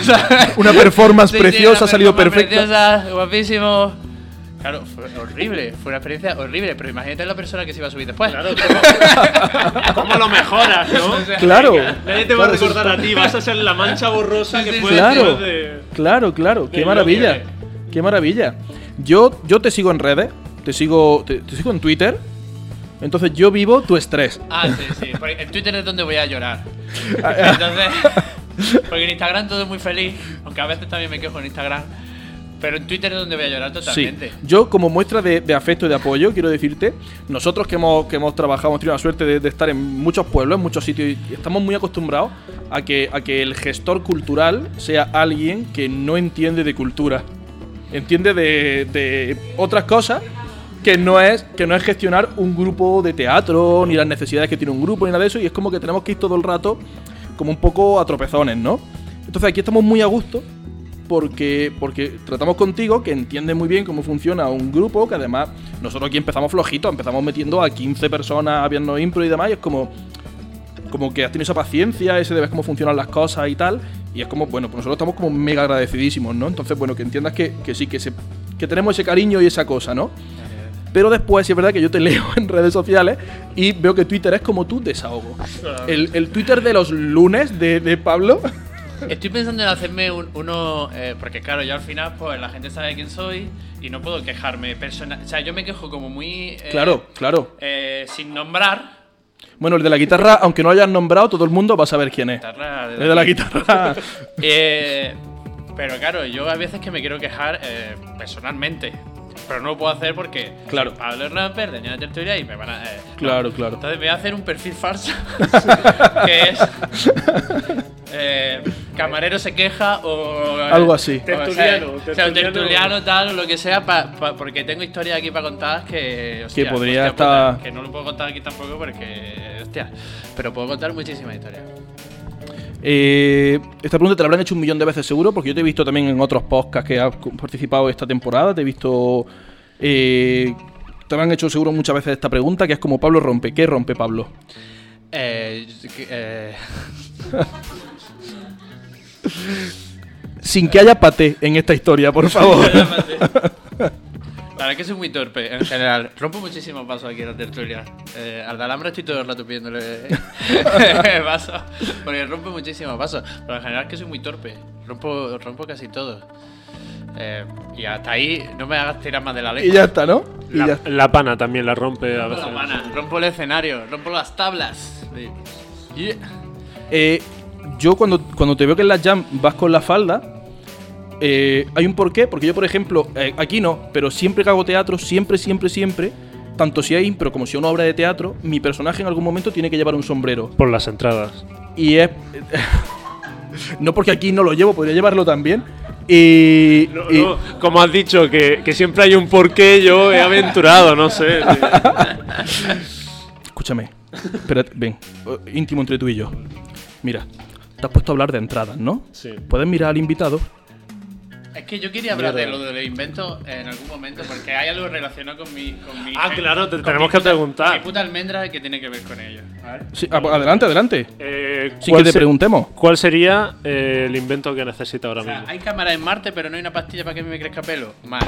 Speaker 1: Una performance
Speaker 3: Sí, sí,
Speaker 1: preciosa,
Speaker 3: una
Speaker 1: ha salido
Speaker 3: performance
Speaker 1: perfecta.
Speaker 3: Preciosa, guapísimo. Claro, fue horrible, fue una experiencia horrible, pero imagínate la persona que se iba a subir después.
Speaker 2: Claro, ¿cómo, cómo lo mejoras, no?
Speaker 3: O sea,
Speaker 1: Claro.
Speaker 2: Nadie te va a
Speaker 1: Claro, eso
Speaker 2: recordar a ti, vas a ser la mancha borrosa
Speaker 3: Sí,
Speaker 2: que
Speaker 3: sí,
Speaker 2: puede
Speaker 1: Claro,
Speaker 2: después de...
Speaker 1: claro, claro. Qué
Speaker 2: del
Speaker 1: maravilla.
Speaker 2: bloque
Speaker 1: Qué maravilla. Yo, yo te sigo en redes, te sigo, te, te sigo en Twitter. Entonces yo vivo tu estrés.
Speaker 3: Ah, sí, sí. porque En Twitter es donde voy a llorar.
Speaker 1: Ah,
Speaker 3: Entonces, porque en Instagram todo es muy feliz, aunque a veces también me quejo en Instagram. Pero en Twitter es donde voy a llorar totalmente.
Speaker 1: Sí. Yo, como muestra de, de afecto y de apoyo, quiero decirte, nosotros que hemos, que hemos trabajado, hemos tenido la suerte de, de estar en muchos pueblos, en muchos sitios, y estamos muy acostumbrados a que, a que el gestor cultural sea alguien que no entiende de cultura. Entiende de, de otras cosas que no, es, que no es gestionar un grupo de teatro, ni las necesidades que tiene un grupo, ni nada de eso, y es como que tenemos que ir todo el rato como un poco a tropezones, ¿no? Entonces aquí estamos muy a gusto porque, porque tratamos contigo, que entiende muy bien cómo funciona un grupo, que además nosotros aquí empezamos flojito, empezamos metiendo a 15 personas viendo impro y demás, y es como, como que has tenido esa paciencia, ese de ver cómo funcionan las cosas y tal, y es como, bueno, pues nosotros estamos como mega agradecidísimos, ¿no? Entonces, bueno, que entiendas que, que sí, que, se, que tenemos ese cariño y esa cosa, ¿no? Pero después sí es verdad que yo te leo en redes sociales y veo que Twitter es como tu desahogo. El, el Twitter de los lunes de, de Pablo.
Speaker 3: Estoy pensando en hacerme un- uno, eh, porque claro, yo al final, pues la gente sabe quién soy y no puedo quejarme personal. O sea, yo me quejo como muy. eh,
Speaker 1: Claro, claro.
Speaker 3: eh, sin nombrar.
Speaker 1: Bueno, el de la guitarra, aunque no hayas nombrado, todo el mundo va a saber quién es.
Speaker 3: Guitarra de
Speaker 1: El Eh, de la guitarra.
Speaker 3: Eh, pero claro, yo a veces que me quiero quejar eh, personalmente. Pero no lo puedo hacer porque
Speaker 1: Claro.
Speaker 3: soy Pablo Hernández tenía la tertulia y me van a. eh, no.
Speaker 1: Claro, claro.
Speaker 3: Entonces voy a hacer un perfil falso que es eh, camarero se queja o
Speaker 1: Algo así.
Speaker 3: o sea,
Speaker 2: Tertuliano,
Speaker 3: o sea, un
Speaker 2: tertuliano.
Speaker 3: tertuliano tal o lo que sea pa- pa- porque tengo historias aquí para contar que hostia,
Speaker 1: Que podría
Speaker 3: hostia puta,
Speaker 1: estar-
Speaker 3: que no lo puedo contar aquí tampoco porque hostia pero puedo contar muchísimas historias.
Speaker 1: Eh, esta pregunta te la habrán hecho un millón de veces seguro, porque yo te he visto también en otros podcasts que has participado esta temporada. Te he visto. eh, te habrán hecho seguro muchas veces esta pregunta, que es como Pablo rompe. ¿Qué rompe Pablo?
Speaker 3: Eh, que- eh,
Speaker 1: Sin que haya paté en esta historia, por favor.
Speaker 3: La verdad que soy muy torpe en general. Rompo muchísimo paso aquí en la tertulia. Eh, al de alambre estoy todo el rato pidiéndole paso. Porque rompo muchísimo paso. Pero en general que soy muy torpe. Rompo, rompo casi todo. Eh, y hasta ahí no me hagas tirar más de la
Speaker 1: y
Speaker 3: lengua.
Speaker 1: ya está, ¿no? Y ya
Speaker 2: La,
Speaker 1: está.
Speaker 2: la pana también la rompe a
Speaker 3: rompo,
Speaker 2: veces.
Speaker 3: la pana, rompo el escenario, rompo las tablas. Y-
Speaker 1: Eh, yo cuando, cuando te veo que en la jam vas con la falda, eh, hay un porqué, porque yo, por ejemplo, eh, aquí no, pero siempre que hago teatro, siempre, siempre, siempre, tanto si hay impro como si es una obra de teatro, mi personaje en algún momento tiene que llevar un sombrero.
Speaker 2: Por las entradas.
Speaker 1: Y es... no porque aquí no lo llevo, podría llevarlo también. Y...
Speaker 2: No,
Speaker 1: y-
Speaker 2: no, como has dicho, que, que siempre hay un porqué, yo he aventurado, no sé. sí.
Speaker 1: Escúchame, espérate, ven, eh, íntimo entre tú y yo. Mira, te has puesto a hablar de entradas, ¿no?
Speaker 2: Sí.
Speaker 1: Puedes mirar al invitado
Speaker 3: Es que yo quería hablar de
Speaker 1: Mierda.
Speaker 3: lo de los inventos en algún momento, porque hay algo relacionado con mi. Con mi
Speaker 2: Ah, claro, te
Speaker 3: con
Speaker 2: tenemos
Speaker 3: mi
Speaker 2: que
Speaker 3: puta-
Speaker 2: preguntar.
Speaker 3: Mi puta almendra que tiene que ver con ello. A ver.
Speaker 1: Sí, a- adelante, adelante.
Speaker 2: Eh,
Speaker 1: Sí que
Speaker 2: ¿cuál
Speaker 1: te
Speaker 2: se-
Speaker 1: preguntemos.
Speaker 2: ¿Cuál sería eh, el invento que necesita ahora
Speaker 3: O sea,
Speaker 2: mismo?
Speaker 3: hay cámaras en Marte, pero no hay una pastilla para que me crezca pelo. Mal.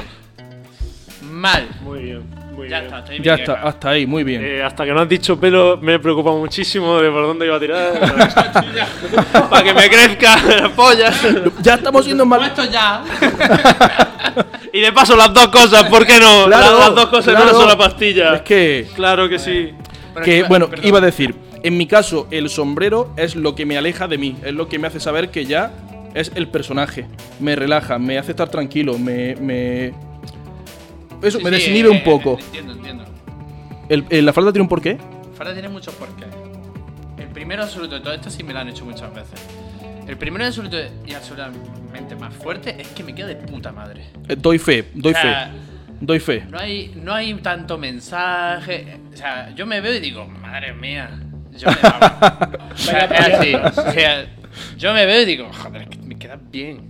Speaker 3: Mal.
Speaker 2: Muy bien, muy
Speaker 3: Ya
Speaker 2: bien.
Speaker 3: está, estoy
Speaker 1: Ya
Speaker 3: bien.
Speaker 1: está, hasta ahí, muy bien.
Speaker 2: Eh, hasta que no has dicho pelo, me he preocupado muchísimo de por dónde iba a
Speaker 1: Ah.
Speaker 2: tirar. para que me crezca la polla.
Speaker 1: Ya estamos siendo mal.
Speaker 3: Puesto ya.
Speaker 2: Y de paso, las dos cosas, ¿por qué no?
Speaker 1: Claro,
Speaker 2: las, las dos cosas en
Speaker 1: claro.
Speaker 2: una sola pastilla.
Speaker 1: Es que,
Speaker 2: Claro que sí.
Speaker 3: Pero
Speaker 1: que,
Speaker 3: iba-
Speaker 1: bueno,
Speaker 3: perdón.
Speaker 1: iba a decir, en mi caso, el sombrero es lo que me aleja de mí, es lo que me hace saber que ya es el personaje. Me relaja, me hace estar tranquilo, me. me- Eso,
Speaker 3: Sí,
Speaker 1: me
Speaker 3: sí,
Speaker 1: desinhibe
Speaker 3: eh,
Speaker 1: un poco.
Speaker 3: Entiendo, entiendo.
Speaker 1: El- el- ¿La falda tiene un porqué?
Speaker 3: Farah tiene muchos porqués. El primero absoluto de todo esto sí me lo han hecho muchas veces. El primero absoluto y absolutamente más fuerte es que me queda de puta madre.
Speaker 1: Eh, doy fe, doy
Speaker 3: O sea,
Speaker 1: fe. Doy fe.
Speaker 3: No hay, no hay tanto mensaje. O sea, yo me veo y digo, madre mía. Yo me hago. O sea, es así. O sea, yo me veo y digo, joder, es que me queda bien.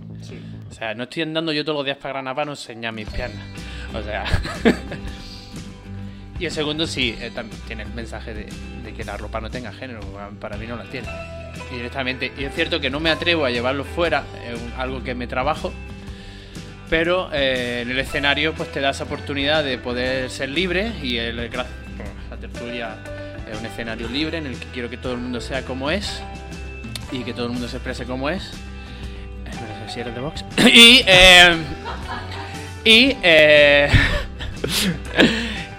Speaker 3: O sea, no estoy andando yo todos los días para Granada para no enseñar mis piernas. O sea. y el segundo sí, eh, tam- tiene el mensaje de, de que la ropa no tenga género. ah, Para mí no la tiene. Y directamente. Y es cierto que no me atrevo a llevarlo fuera, es un- algo que me trabajo. Pero eh, en el escenario pues te da esa oportunidad de poder ser libre y el, gra- la tertulia es un escenario libre en el que quiero que todo el mundo sea como es y que todo el mundo se exprese como es. Eh, no sé si eres de Vox. y eh, y, eh,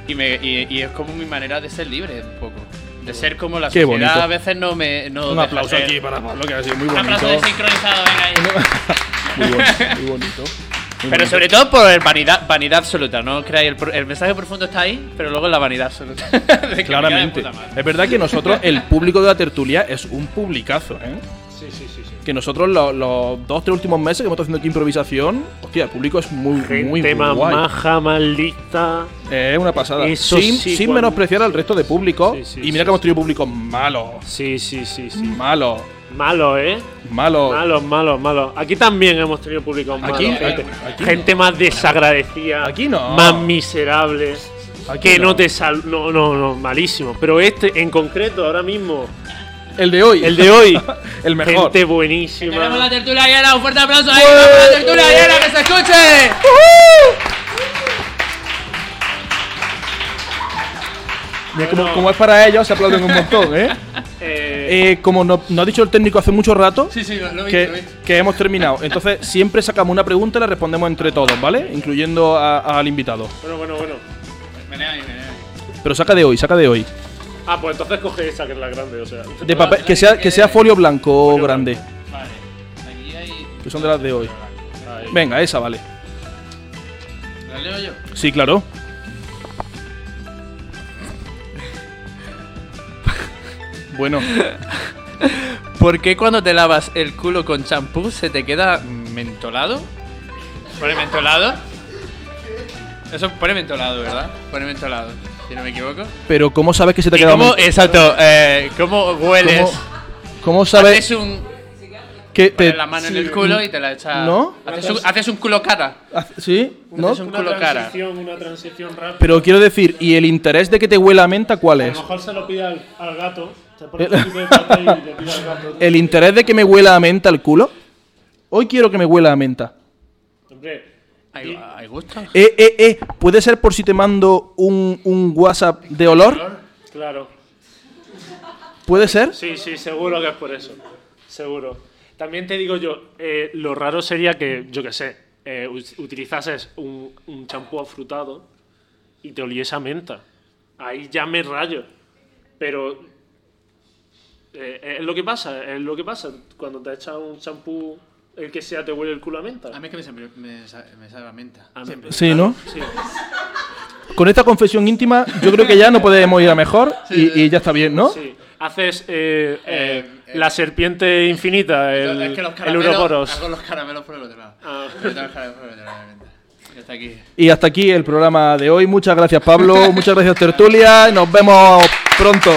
Speaker 3: y, me- y- y es como mi manera de ser libre un poco. De ser como la
Speaker 1: Qué
Speaker 3: sociedad
Speaker 1: bonito.
Speaker 3: a veces no me... No
Speaker 1: Un
Speaker 3: deja
Speaker 1: aplauso
Speaker 3: ser.
Speaker 1: aquí para Pablo, que ha sido muy
Speaker 3: Un aplauso
Speaker 1: bonito.
Speaker 3: desincronizado, venga ahí.
Speaker 1: Muy bonito, muy bonito. Muy
Speaker 3: Pero
Speaker 1: bonito.
Speaker 3: sobre todo por el vanidad, vanidad absoluta, ¿no? Creáis, el, pro- el mensaje profundo está ahí, pero luego la vanidad absoluta. De que me queda de
Speaker 1: Claramente.
Speaker 3: puta madre.
Speaker 1: Es verdad que nosotros, el público de la tertulia es un publicazo, ¿eh?
Speaker 2: Sí, sí, sí. sí.
Speaker 1: Que nosotros lo- los, dos, tres últimos meses que hemos estado haciendo aquí improvisación, hostia, el público es muy, muy
Speaker 2: Gente más
Speaker 1: guay.
Speaker 2: maja, más lista.
Speaker 1: Eh, Es una pasada.
Speaker 2: Eso
Speaker 1: sin
Speaker 2: sí,
Speaker 1: sin
Speaker 2: cuando-
Speaker 1: menospreciar al resto de público.
Speaker 2: Sí, sí,
Speaker 1: y mira
Speaker 2: sí,
Speaker 1: que hemos
Speaker 2: sí.
Speaker 1: tenido públicos malos.
Speaker 2: Sí, sí, sí, sí.
Speaker 1: Malos.
Speaker 2: Malo, ¿eh?
Speaker 1: Malos.
Speaker 2: Malos, malos, malos. Aquí también hemos tenido públicos malos.
Speaker 1: Aquí-
Speaker 2: gente
Speaker 1: aquí
Speaker 2: Gente más desagradecida.
Speaker 1: Aquí no.
Speaker 2: Más miserable.
Speaker 1: Aquí
Speaker 2: que no,
Speaker 1: no.
Speaker 2: te sal... No, no, no, malísimo. Pero este en concreto, ahora mismo,
Speaker 1: El de hoy.
Speaker 2: el de hoy.
Speaker 1: El mejor.
Speaker 2: Gente
Speaker 3: Tenemos la
Speaker 2: buenísima.
Speaker 3: tertulia llena, un fuerte aplauso ahí, vamos a la tertulia llena, que se escuche.
Speaker 1: Mira, como, como es para ellos, se aplauden un montón, ¿eh?
Speaker 2: Eh,
Speaker 1: Eh, como no- nos ha dicho el técnico hace mucho rato,
Speaker 3: Sí, sí, lo, lo he visto, lo he
Speaker 1: que,
Speaker 3: visto.
Speaker 1: que hemos terminado. Entonces, siempre sacamos una pregunta y la respondemos entre todos, ¿vale? Incluyendo a- al invitado.
Speaker 2: Bueno, bueno, bueno.
Speaker 3: Venía ahí, venía ahí.
Speaker 1: Pero saca de hoy, saca de hoy.
Speaker 2: Ah, pues entonces coge esa que es la grande, o sea.
Speaker 1: De papel, que, sea, que sea folio blanco o grande,
Speaker 3: Vale, aquí hay...
Speaker 1: que son de las de hoy.
Speaker 2: Ahí.
Speaker 1: Venga, esa vale.
Speaker 3: ¿La leo yo?
Speaker 1: Sí, claro. Bueno,
Speaker 3: ¿Por qué cuando te lavas el culo con champú se te queda mentolado? ¿Pone mentolado? Eso pone mentolado, ¿verdad? Pone mentolado, si no me equivoco.
Speaker 1: pero ¿cómo sabes que se te ha
Speaker 3: ¿Y
Speaker 1: quedado
Speaker 3: cómo,
Speaker 1: mal?
Speaker 3: exacto, eh, ¿cómo hueles?
Speaker 1: ¿Cómo, cómo
Speaker 3: Haces
Speaker 1: sabes
Speaker 3: un.
Speaker 1: que te.
Speaker 3: Pones la mano en el culo y te la echas.
Speaker 1: ¿No?
Speaker 3: Haces un, haces un culo cara.
Speaker 1: hace- Ah, ¿Sí? ¿No?
Speaker 3: Haces un
Speaker 2: Una
Speaker 3: culo cara.
Speaker 2: transición, una transición rápida.
Speaker 1: Pero quiero decir, ¿y el interés de que te huela a menta cuál
Speaker 2: A
Speaker 1: es?
Speaker 2: lo mejor se lo pide al, al gato. Se pone un poquito de papel y le pide al gato.
Speaker 1: ¿El interés de que me huela a menta el culo? Hoy quiero que me huela a menta.
Speaker 2: Hombre,
Speaker 3: ¿Hay, hay gusto?
Speaker 1: Eh, eh, eh, ¿puede ser por si te mando un, un WhatsApp de olor?
Speaker 2: claro.
Speaker 1: ¿Puede ser?
Speaker 2: Sí, sí, seguro que es por eso. Seguro. También te digo yo, eh, lo raro sería que, yo qué sé, eh, us- utilizases un un champú afrutado y te oliese a menta. Ahí ya me rayo. Pero eh, es lo que pasa, es lo que pasa. Cuando te echas un champú, el que sea, te huele el culo a menta.
Speaker 3: A mí es que me, siempre- me, sa- me sabe a menta.
Speaker 2: A mí-
Speaker 3: Siempre.
Speaker 1: Sí, ¿no?
Speaker 2: Sí.
Speaker 1: Con esta confesión íntima, yo creo que ya no podemos ir a mejor y, y ya está bien, ¿no?
Speaker 2: Sí. Haces eh, eh,
Speaker 3: Eh,
Speaker 2: la serpiente infinita, el,
Speaker 3: es que los
Speaker 2: el
Speaker 3: caramelos.
Speaker 2: Ouroboros.
Speaker 3: Hago los caramelos por el otro lado.
Speaker 2: Ah.
Speaker 3: Yo tengo los caramelos por el otro lado de menta. Ya está aquí.
Speaker 1: Y hasta aquí el programa de hoy. Muchas gracias, Pablo. Muchas gracias, Tertulia. Y nos vemos pronto.